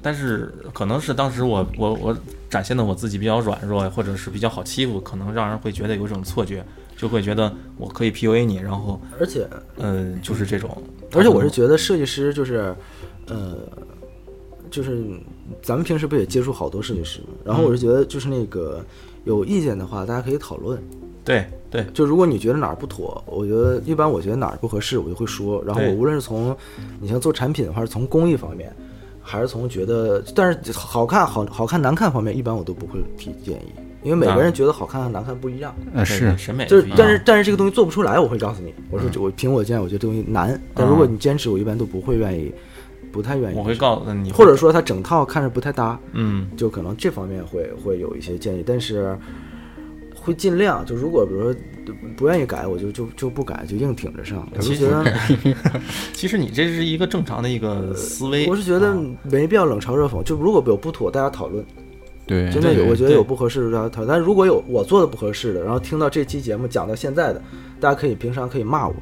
Speaker 3: 但是可能是当时我我我展现的我自己比较软弱，或者是比较好欺负，可能让人会觉得有一种错觉，就会觉得我可以 PUA 你，然后
Speaker 2: 而且
Speaker 3: 嗯、呃就是这种。
Speaker 2: 而且我是觉得设计师就是，呃，就是咱们平时不也接触好多设计师嘛，然后我是觉得就是那个有意见的话，大家可以讨论。
Speaker 3: 对
Speaker 1: 啊
Speaker 3: 对
Speaker 2: 就如果你觉得哪儿不妥，我觉得一般，我觉得哪儿不合适，我就会说。然后我
Speaker 3: 对
Speaker 2: 无论是从你像做产品，还是从工艺方面，还是从觉得，但是好看、好好看、难看方面，一般我都不会提建议，因为每个人觉得好看和难看不一样。
Speaker 1: 呃，是
Speaker 3: 对审美
Speaker 2: 就是
Speaker 3: 哎不一，样嗯
Speaker 2: 但是但是这个东西做不出来，我会告诉你，我说就我凭我经验，我觉得这东西难。但如果你坚持，我一般都不会愿意，不太愿意。
Speaker 3: 我会告诉你，
Speaker 2: 或者说它整套看着不太搭，
Speaker 3: 嗯。
Speaker 2: 就可能这方面会会有一些建议，但是会尽量就如果比如说不愿意改，我就就就不改，就硬挺着上。我
Speaker 3: 其
Speaker 2: 是
Speaker 3: 实
Speaker 2: 觉得，
Speaker 3: 其实你这是一个正常的一个思维，
Speaker 2: 我是觉得
Speaker 3: 啊
Speaker 2: 没必要冷嘲热讽。就如果有不妥，大家讨论，
Speaker 1: 对，
Speaker 2: 真的有，
Speaker 1: 对
Speaker 2: 我觉得
Speaker 3: 对
Speaker 2: 有不合适的大家讨论。但如果有我做的不合适的，然后听到这期节目讲到现在的，大家可以平常可以骂我，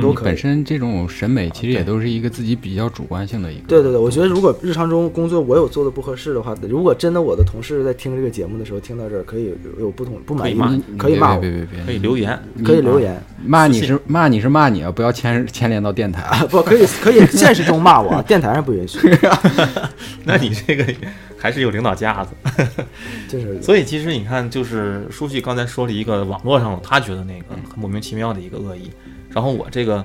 Speaker 2: 都
Speaker 3: 嗯
Speaker 1: 你
Speaker 2: 可以啊
Speaker 1: 本。身这种审美其实也都是一个自己比较主观性的一个。
Speaker 2: 对对对，我觉得如果日常中工作我有做的不合适的话，如果真的我的同事在听这个节目的时候听到这儿，可以有有不同不满意
Speaker 3: 可以骂
Speaker 2: 的，
Speaker 1: 你
Speaker 2: 可以
Speaker 1: 别
Speaker 2: 骂我
Speaker 1: 嗯别，别别
Speaker 3: 可
Speaker 1: 别，
Speaker 3: 以留言，
Speaker 2: 可以留言。
Speaker 1: 骂你是骂你是骂你啊，不要牵牵连到电台。
Speaker 2: 啊， 不可以，可以现实中骂我啊，电台上不允许，嗯
Speaker 3: 那你这个还是有领导架子。
Speaker 2: 就是
Speaker 3: 所以其实你看，就是舒旭刚才说了一个网络上他觉得那个
Speaker 2: 嗯
Speaker 3: 很莫名其妙的一个恶意，然后我这个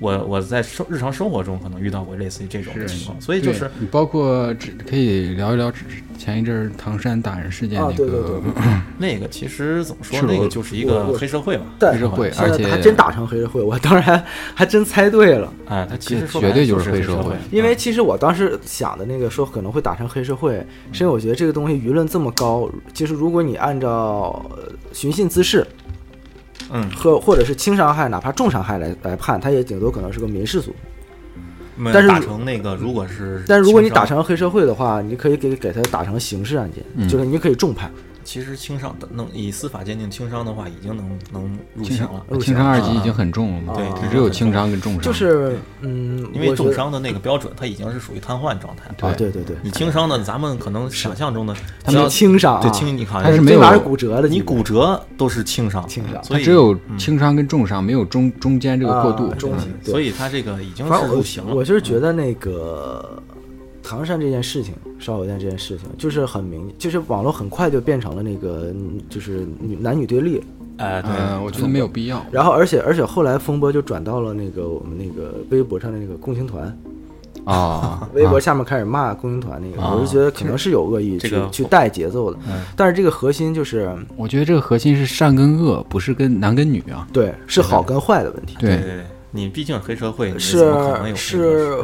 Speaker 3: 我我在生日常生活中可能遇到过类似于这种情况，所以就
Speaker 1: 对
Speaker 3: 是
Speaker 1: 你包括只可以聊一聊只前一阵儿唐山打人事件
Speaker 2: 啊
Speaker 1: 那
Speaker 2: 对对对
Speaker 1: 个
Speaker 3: 那个其实怎么说
Speaker 1: 赤，裸
Speaker 3: 那个就是一个黑社会嘛，
Speaker 2: 但
Speaker 1: 黑社会
Speaker 2: 现在
Speaker 1: 而且
Speaker 2: 还真打成黑社会，我当时还还真猜对了，
Speaker 3: 哎，他其实说
Speaker 1: 绝对
Speaker 3: 就
Speaker 1: 就是
Speaker 3: 黑
Speaker 1: 黑社
Speaker 3: 会
Speaker 1: 会，
Speaker 2: 因为其实我当时想的那个说可能会打成黑社会，是因为我觉得这个东西舆论这么高，其实如果你按照呃寻衅滋事
Speaker 3: 嗯，
Speaker 2: 和或者是轻伤害，哪怕重伤害来来判，它也顶多可能是个民事诉讼。
Speaker 3: 嗯
Speaker 2: 但是
Speaker 3: 打成那个如果是，
Speaker 2: 但如果你打，成黑社会的话，你可以给给他打成刑事案件，
Speaker 1: 嗯
Speaker 2: 就是你可以重判。
Speaker 3: 其实轻伤能以司法鉴定轻伤的话，已经能能 入
Speaker 1: 轻
Speaker 3: 刑了
Speaker 1: 伤，
Speaker 2: 呃
Speaker 1: 轻伤二级已经很重
Speaker 2: 啊
Speaker 1: 了嘛，
Speaker 3: 对
Speaker 1: 只有轻伤跟重伤。
Speaker 2: 就是嗯，
Speaker 3: 因
Speaker 2: 我
Speaker 3: 为
Speaker 2: 觉
Speaker 3: 重
Speaker 2: 得
Speaker 3: 伤的那个标准，它已经是属于瘫痪状态了。
Speaker 2: 啊，对对对，
Speaker 3: 你轻伤的，咱们可能想象中的，
Speaker 2: 他们轻伤啊，
Speaker 3: 对轻，你好
Speaker 1: 它
Speaker 3: 像
Speaker 1: 是没
Speaker 2: 这
Speaker 1: 有
Speaker 2: 玩意儿骨折了，
Speaker 3: 你骨折都是轻伤，
Speaker 2: 轻伤
Speaker 1: 它
Speaker 3: 所以
Speaker 1: 只有轻伤跟重伤，没有中中间这个过渡
Speaker 2: 嗯啊。中
Speaker 1: 嗯
Speaker 2: 型，对
Speaker 3: 所以他这个已经
Speaker 2: 反
Speaker 3: 是
Speaker 2: 正
Speaker 3: 入
Speaker 2: 我
Speaker 3: 刑
Speaker 2: 我
Speaker 3: 了。嗯
Speaker 2: 就是觉得那个唐山这件事情，烧烤店这件事情，就是很明，就是网络很快就变成了那个嗯就是女男女对啊立，
Speaker 3: 哎，对，
Speaker 1: 嗯，我觉得没有必要。
Speaker 2: 然后而且而且后来风波就转到了那个我们那个微博上的那个共青团，
Speaker 1: 啊，
Speaker 2: 微博
Speaker 1: 啊
Speaker 2: 下面开始骂共青团那个，
Speaker 3: 啊
Speaker 2: 我是觉得可能是有恶意
Speaker 3: 这
Speaker 2: 去
Speaker 3: 个
Speaker 2: 去带节奏的，
Speaker 3: 嗯
Speaker 2: 但是这个核心就是
Speaker 1: 我觉得这个核心是善跟恶，不是跟男跟女啊。
Speaker 2: 对是好跟坏的问题，
Speaker 3: 对
Speaker 1: 对
Speaker 3: 对，对，你毕竟是黑社会，你怎
Speaker 2: 是
Speaker 3: 么可能有这个？
Speaker 2: 是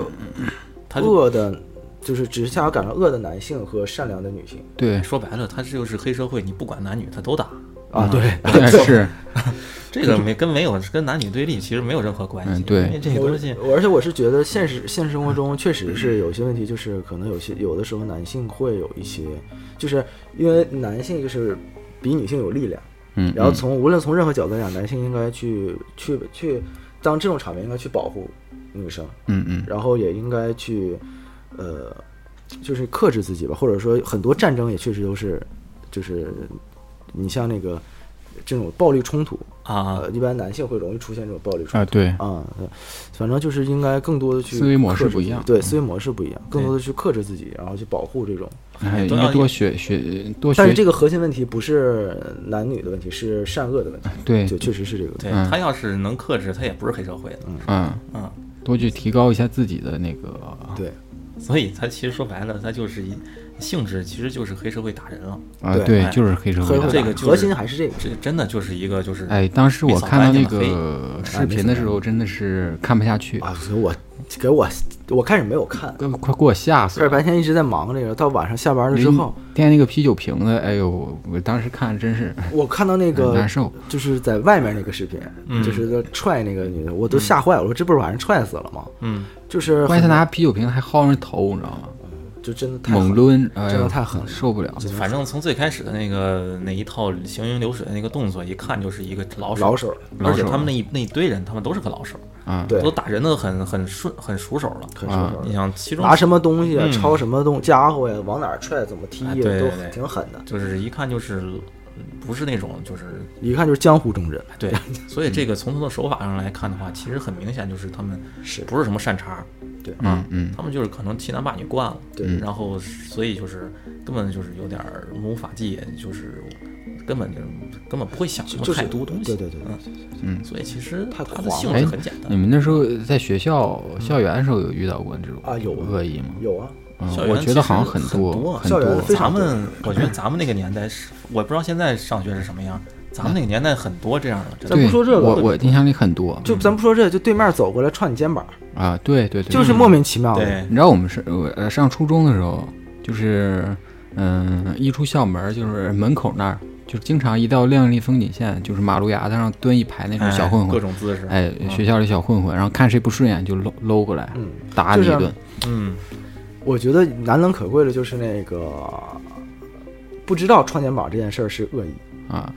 Speaker 3: 他就
Speaker 2: 恶的，就是只下赶上恶的男性和善良的女性
Speaker 1: 对，
Speaker 3: 哎说白了，他这就是黑社会，你不管男女，他都打。
Speaker 2: 啊， 对，
Speaker 1: 是，
Speaker 3: 这个没跟没有跟男女对立其实没有任何关系，
Speaker 1: 嗯对
Speaker 3: 因为这个
Speaker 2: 我
Speaker 3: 东西，
Speaker 2: 我而且我是觉得现实现实生活中确实是有些问题，就是可能有些有的时候男性会有一些，就是因为男性就是比女性有力量，
Speaker 1: 嗯，
Speaker 2: 然后
Speaker 1: 嗯
Speaker 2: 从无论从任何角度来讲，男性应该去去去当这种场面应该去保护女生，
Speaker 1: 嗯嗯，
Speaker 2: 然后也应该去呃，就是克制自己吧，或者说很多战争也确实都是就是你像那个这种暴力冲突。
Speaker 3: 啊
Speaker 2: 呃，一般男性会容易出现这种暴力冲
Speaker 1: 啊，对，
Speaker 2: 突啊、对反正就是应该更多的去
Speaker 1: 思维模式
Speaker 2: 克制
Speaker 1: 不一
Speaker 2: 自己
Speaker 1: 样
Speaker 2: 对，
Speaker 1: 嗯
Speaker 2: 思维模式不一样，更多的去克制自己，然后去保护这种。
Speaker 1: 哎，
Speaker 3: 都
Speaker 1: 应
Speaker 3: 要
Speaker 1: 该多学学多
Speaker 2: 但
Speaker 1: 学
Speaker 2: 是，这个核心问题不是男女的问题，是善恶的问题。
Speaker 1: 对，
Speaker 2: 对，确实是这个。
Speaker 3: 对
Speaker 1: 嗯
Speaker 3: 他要是能克制，他也不是黑社会的。
Speaker 1: 嗯，
Speaker 3: 嗯，
Speaker 1: 多去提高一下自己的那个，
Speaker 2: 对
Speaker 1: 嗯
Speaker 3: 所以他其实说白了，他就是一性质其实就是黑社会打人了。
Speaker 1: 啊，
Speaker 2: 对
Speaker 1: 对
Speaker 3: 哎，
Speaker 1: 就是黑社
Speaker 2: 核
Speaker 1: 会
Speaker 2: 心
Speaker 1: 的。
Speaker 3: 这个就是
Speaker 2: 核心还是这个。
Speaker 3: 这真的就是一个就是
Speaker 1: 哎，当时
Speaker 3: 比
Speaker 1: 我
Speaker 3: 扫
Speaker 1: 看到
Speaker 3: 白
Speaker 1: 那
Speaker 3: 净的
Speaker 1: 个视频的时候，真的是看不下去，
Speaker 2: 啊，所以我给我我开始没有看，
Speaker 1: 快快给我吓死
Speaker 2: 这
Speaker 1: 了。
Speaker 2: 白天一直在忙这个，到晚上下班了之
Speaker 1: 零
Speaker 2: 后，
Speaker 1: 店那个啤酒瓶子，哎呦，我我当时看真是
Speaker 3: 嗯
Speaker 2: 我看到那
Speaker 1: 很
Speaker 2: 个
Speaker 1: 难受。
Speaker 2: 就是在外面那个视频，
Speaker 3: 嗯
Speaker 2: 就是在踹那个女的，我都吓坏了，我说这不是把人踹死了吗？
Speaker 3: 嗯，
Speaker 2: 就是
Speaker 1: 关键他拿啤酒瓶还薅人头，你知道吗？
Speaker 2: 就真的太狠
Speaker 1: 猛
Speaker 2: 了
Speaker 1: 抡，哎呦
Speaker 2: 真的太狠了
Speaker 1: 受不
Speaker 2: 嗯
Speaker 1: 了。
Speaker 3: 反正从最开始的那个那一套行云流水的那个动作，一看就是一个老手。
Speaker 2: 老手，
Speaker 3: 而且他们那一那一堆人，他们都是个老手，
Speaker 1: 啊，
Speaker 2: 对
Speaker 3: 都打人的很很顺很熟手了。啊
Speaker 2: 很手
Speaker 3: 你想，其中
Speaker 2: 拿什么东西啊，
Speaker 3: 嗯
Speaker 2: 抄什么东家伙呀，往哪儿踹，怎么踢呀，
Speaker 3: 哎对
Speaker 2: 都
Speaker 3: 对
Speaker 2: 挺狠的，
Speaker 3: 就是一看就是嗯不是那种就是
Speaker 2: 一看就是江湖中人。
Speaker 3: 对， 所以这个从他的手法上来看的话，其实很明显就是他们
Speaker 2: 是
Speaker 3: 不是什么善茬，
Speaker 2: 对
Speaker 3: 啊
Speaker 1: 嗯，嗯
Speaker 3: 他们就是可能欺男霸女惯了，
Speaker 2: 对
Speaker 3: 然后所以就是根本就是有点儿目无法纪，就是根本就根本不会想什么
Speaker 2: 就是
Speaker 3: 太多东西，
Speaker 2: 对对对对
Speaker 3: 嗯
Speaker 1: 嗯。
Speaker 3: 所以其实
Speaker 2: 太
Speaker 3: 他
Speaker 2: 狂
Speaker 3: 的
Speaker 2: 了
Speaker 3: 性
Speaker 1: 哎
Speaker 3: 质很简
Speaker 1: 你
Speaker 3: 单，
Speaker 1: 们那时候在学校校园的时候有遇到过这种
Speaker 2: 啊有啊
Speaker 1: 恶意吗？
Speaker 2: 有啊，
Speaker 1: 嗯
Speaker 3: 校，园
Speaker 1: 我觉得好像
Speaker 3: 其实很
Speaker 1: 多
Speaker 2: 校园
Speaker 1: 多
Speaker 2: 非常
Speaker 3: 咱们我觉得咱们那个年代是，我不知道现在上学是什么样，咱们那个年代很多这样的，真
Speaker 2: 咱
Speaker 3: 的
Speaker 2: 不
Speaker 1: 对，
Speaker 2: 说这个
Speaker 1: 我我印象里很多
Speaker 2: 就咱不说这，就对面走过来踹你肩膀，
Speaker 1: 啊，对对对，
Speaker 2: 就是莫名其妙的。
Speaker 3: 对哎
Speaker 1: 你知道我们是我呃上初中的时候，就是嗯、一出校门儿就是门口那儿，就是经常一到亮丽风景线，就是马路牙子上蹲一排那种
Speaker 3: 哎
Speaker 1: 小混
Speaker 3: 各
Speaker 1: 混，
Speaker 3: 种姿势，
Speaker 1: 哎，学校里小混混，然后看谁不顺眼就搂搂过来
Speaker 2: 嗯，
Speaker 1: 打你一
Speaker 2: 就是
Speaker 1: 顿，
Speaker 3: 嗯，
Speaker 2: 我觉得难能可贵的就是那个不知道穿肩膀这件事儿是恶意，
Speaker 1: 啊，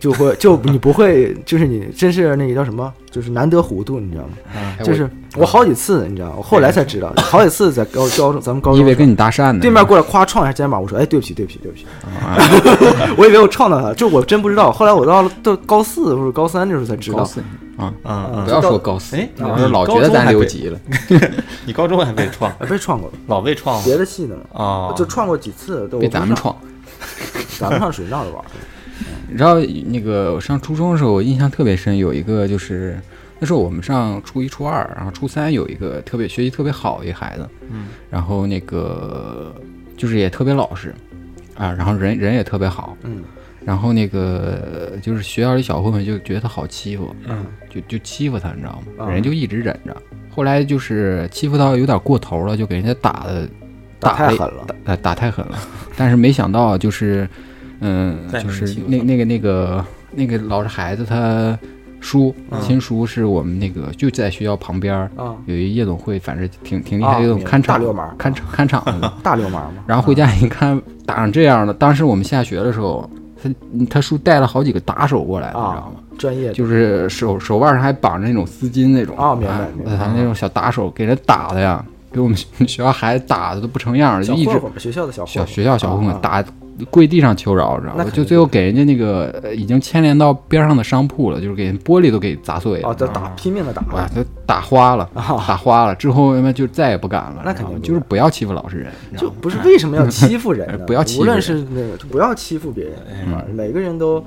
Speaker 2: 就会就你不会就是你真是那个叫什么，就是难得糊涂，你知道吗？
Speaker 1: 哎
Speaker 2: 就
Speaker 1: 我
Speaker 2: 是我好几次，你知道吗，我后来才知道，好几次在高高中咱们高
Speaker 1: 以
Speaker 2: 中
Speaker 1: 为
Speaker 2: 的时候。
Speaker 1: 跟你搭讪呢，
Speaker 2: 对面过来夸撞一下肩膀，我说：“哎，对不起，对不起，对不起。
Speaker 1: 啊
Speaker 2: 我以为我撞到他，这我真不知道。后来我到了到高四或者高三的时候才知
Speaker 1: 高
Speaker 2: 道，
Speaker 1: 四啊，
Speaker 3: 啊
Speaker 1: 不
Speaker 3: 嗯，
Speaker 1: 要说高四
Speaker 3: 哎，
Speaker 1: 我是老觉得咱留级了，
Speaker 3: 你高中还被创，
Speaker 2: 哎被撞过了，
Speaker 3: 老被创
Speaker 2: 别的系的嘛，
Speaker 3: 啊，
Speaker 2: 就撞过几次，都
Speaker 1: 哦被咱们
Speaker 2: 撞，
Speaker 1: 闯。
Speaker 2: 咱们上水闹着玩儿。
Speaker 1: 你知道那个我上初中的时候，我印象特别深，有一个就是那时候我们上初一、初二，然后初三有一个特别学习特别好一个孩子，
Speaker 3: 嗯，
Speaker 1: 然后那个就是也特别老实啊，然后人人也特别好，
Speaker 2: 嗯，
Speaker 1: 然后那个就是学校里小混混就觉得他好欺负，
Speaker 3: 嗯，
Speaker 1: 就就欺负他，你知道吗？
Speaker 2: 啊
Speaker 1: 人就一直忍着，后来就是欺负到有点过头了，就给人家打的
Speaker 2: 打太
Speaker 1: 了一
Speaker 2: 狠了，
Speaker 1: 呃，打太狠了，但是没想到就是， 嗯，
Speaker 3: 再没
Speaker 1: 就是
Speaker 3: 机会
Speaker 1: 那
Speaker 3: 了
Speaker 1: 那个那个那个老师孩子他叔
Speaker 2: 嗯
Speaker 1: 亲叔是我们那个就在学校旁边儿
Speaker 2: 啊，
Speaker 1: 有一夜总会，反正挺挺厉
Speaker 2: 啊
Speaker 1: 害夜总
Speaker 2: 明白
Speaker 1: 看
Speaker 2: 大
Speaker 1: 场
Speaker 2: 溜门儿哦
Speaker 1: 看场看场子 的，
Speaker 2: 大流氓嘛。
Speaker 1: 然后回家一看打成这样了，当时我们下学的时候，他他叔带了好几个打手过来，你知道
Speaker 2: 啊
Speaker 1: 吗？，
Speaker 2: 专业的
Speaker 1: 就是手手腕上还绑着那种丝巾那种
Speaker 2: 啊明白明白
Speaker 1: 反正那种小打手给人打的呀，给我们学 学校孩子打的都不成样了，就
Speaker 2: 小
Speaker 1: 一直
Speaker 2: 混混嘛，学校的小混
Speaker 1: 小
Speaker 2: 混，
Speaker 1: 学校小混
Speaker 2: 啊
Speaker 1: 混打跪地上求饶，知道
Speaker 2: 那
Speaker 1: 吗？
Speaker 2: 肯定
Speaker 1: 就最后给人家那个呃已经牵连到边上的商铺了，就是给人玻璃都给砸碎
Speaker 2: 啊，
Speaker 1: 了，
Speaker 2: 在打拼命的打，
Speaker 1: 哇，都打花了，
Speaker 2: 啊
Speaker 1: 打花了。之后他妈就再也不敢了。
Speaker 2: 那肯
Speaker 1: 你知道
Speaker 2: 定
Speaker 1: 吗
Speaker 2: 不
Speaker 1: 就是
Speaker 2: 敢
Speaker 1: 不要欺负老实人，你知
Speaker 2: 就
Speaker 1: 道吗
Speaker 2: 不是为什 么要欺负人呢？
Speaker 1: 啊哎不要欺负人哎
Speaker 2: 无论是那个，就不要欺负别人，是吧每个人都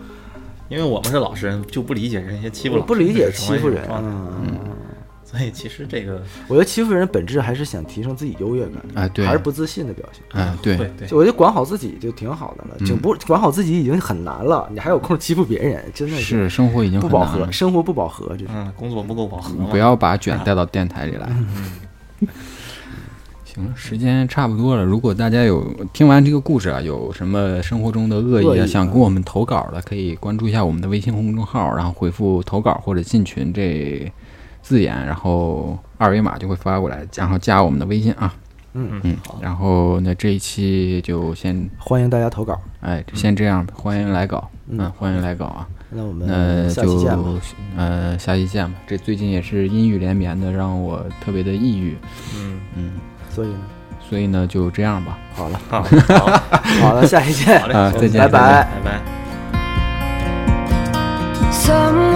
Speaker 3: 因为我们是老实人，就不理解人家欺负
Speaker 2: 我
Speaker 3: 老
Speaker 2: 不
Speaker 3: 实
Speaker 2: 理解
Speaker 3: 是什么
Speaker 2: 欺负
Speaker 3: 一种
Speaker 2: 人。
Speaker 3: 状态
Speaker 2: 嗯，
Speaker 3: 所以其实这个
Speaker 2: 我觉得欺负人本质还是想提升自己优越感，
Speaker 1: 哎对
Speaker 2: 还是不自信的表现。
Speaker 1: 嗯，对，嗯
Speaker 3: 对对
Speaker 2: 就我觉得管好自己就挺好的了，就不管好自己已经很难了，你还有空欺负别人，真的
Speaker 1: 是生活已经
Speaker 2: 不
Speaker 1: 很
Speaker 2: 饱
Speaker 1: 难了
Speaker 2: 和，，生活不饱和，这是。
Speaker 3: 嗯，工作不够饱和
Speaker 1: 你
Speaker 3: 嘛，
Speaker 1: 不要
Speaker 2: 嗯
Speaker 1: 把卷带到电台里来。 行了，时间差不多了。如果大家有听完这个故事啊，有什么生活中的恶
Speaker 2: 恶
Speaker 1: 意
Speaker 2: 意
Speaker 1: 啊，
Speaker 2: 啊
Speaker 1: 想跟我们投稿的，可以关注一下我们的微信公众号，然后回复“投稿”或者“进群”这字眼，然后二维码就会发过来，然后加我们的微信啊。
Speaker 2: 嗯
Speaker 1: 嗯，
Speaker 3: 好
Speaker 1: 然后那这一期就先
Speaker 2: 欢迎大家投稿，
Speaker 1: 哎先这样，欢迎来稿，
Speaker 2: 嗯
Speaker 1: 嗯，欢迎来稿啊。
Speaker 2: 那我
Speaker 1: 那
Speaker 2: 们下期
Speaker 1: 就
Speaker 2: 见吧。
Speaker 1: 呃下期见吧。这最近也是阴雨连绵的，让我特别的抑郁，
Speaker 3: 嗯，
Speaker 1: 嗯，
Speaker 2: 所以呢，
Speaker 1: 所以呢就这样吧。
Speaker 2: 好了，
Speaker 3: 好，好，
Speaker 2: 好了，下期见
Speaker 3: 好。嘞
Speaker 1: 啊，再见
Speaker 3: 拜
Speaker 2: 拜
Speaker 3: 拜，
Speaker 2: 拜
Speaker 3: 拜拜。
Speaker 4: Some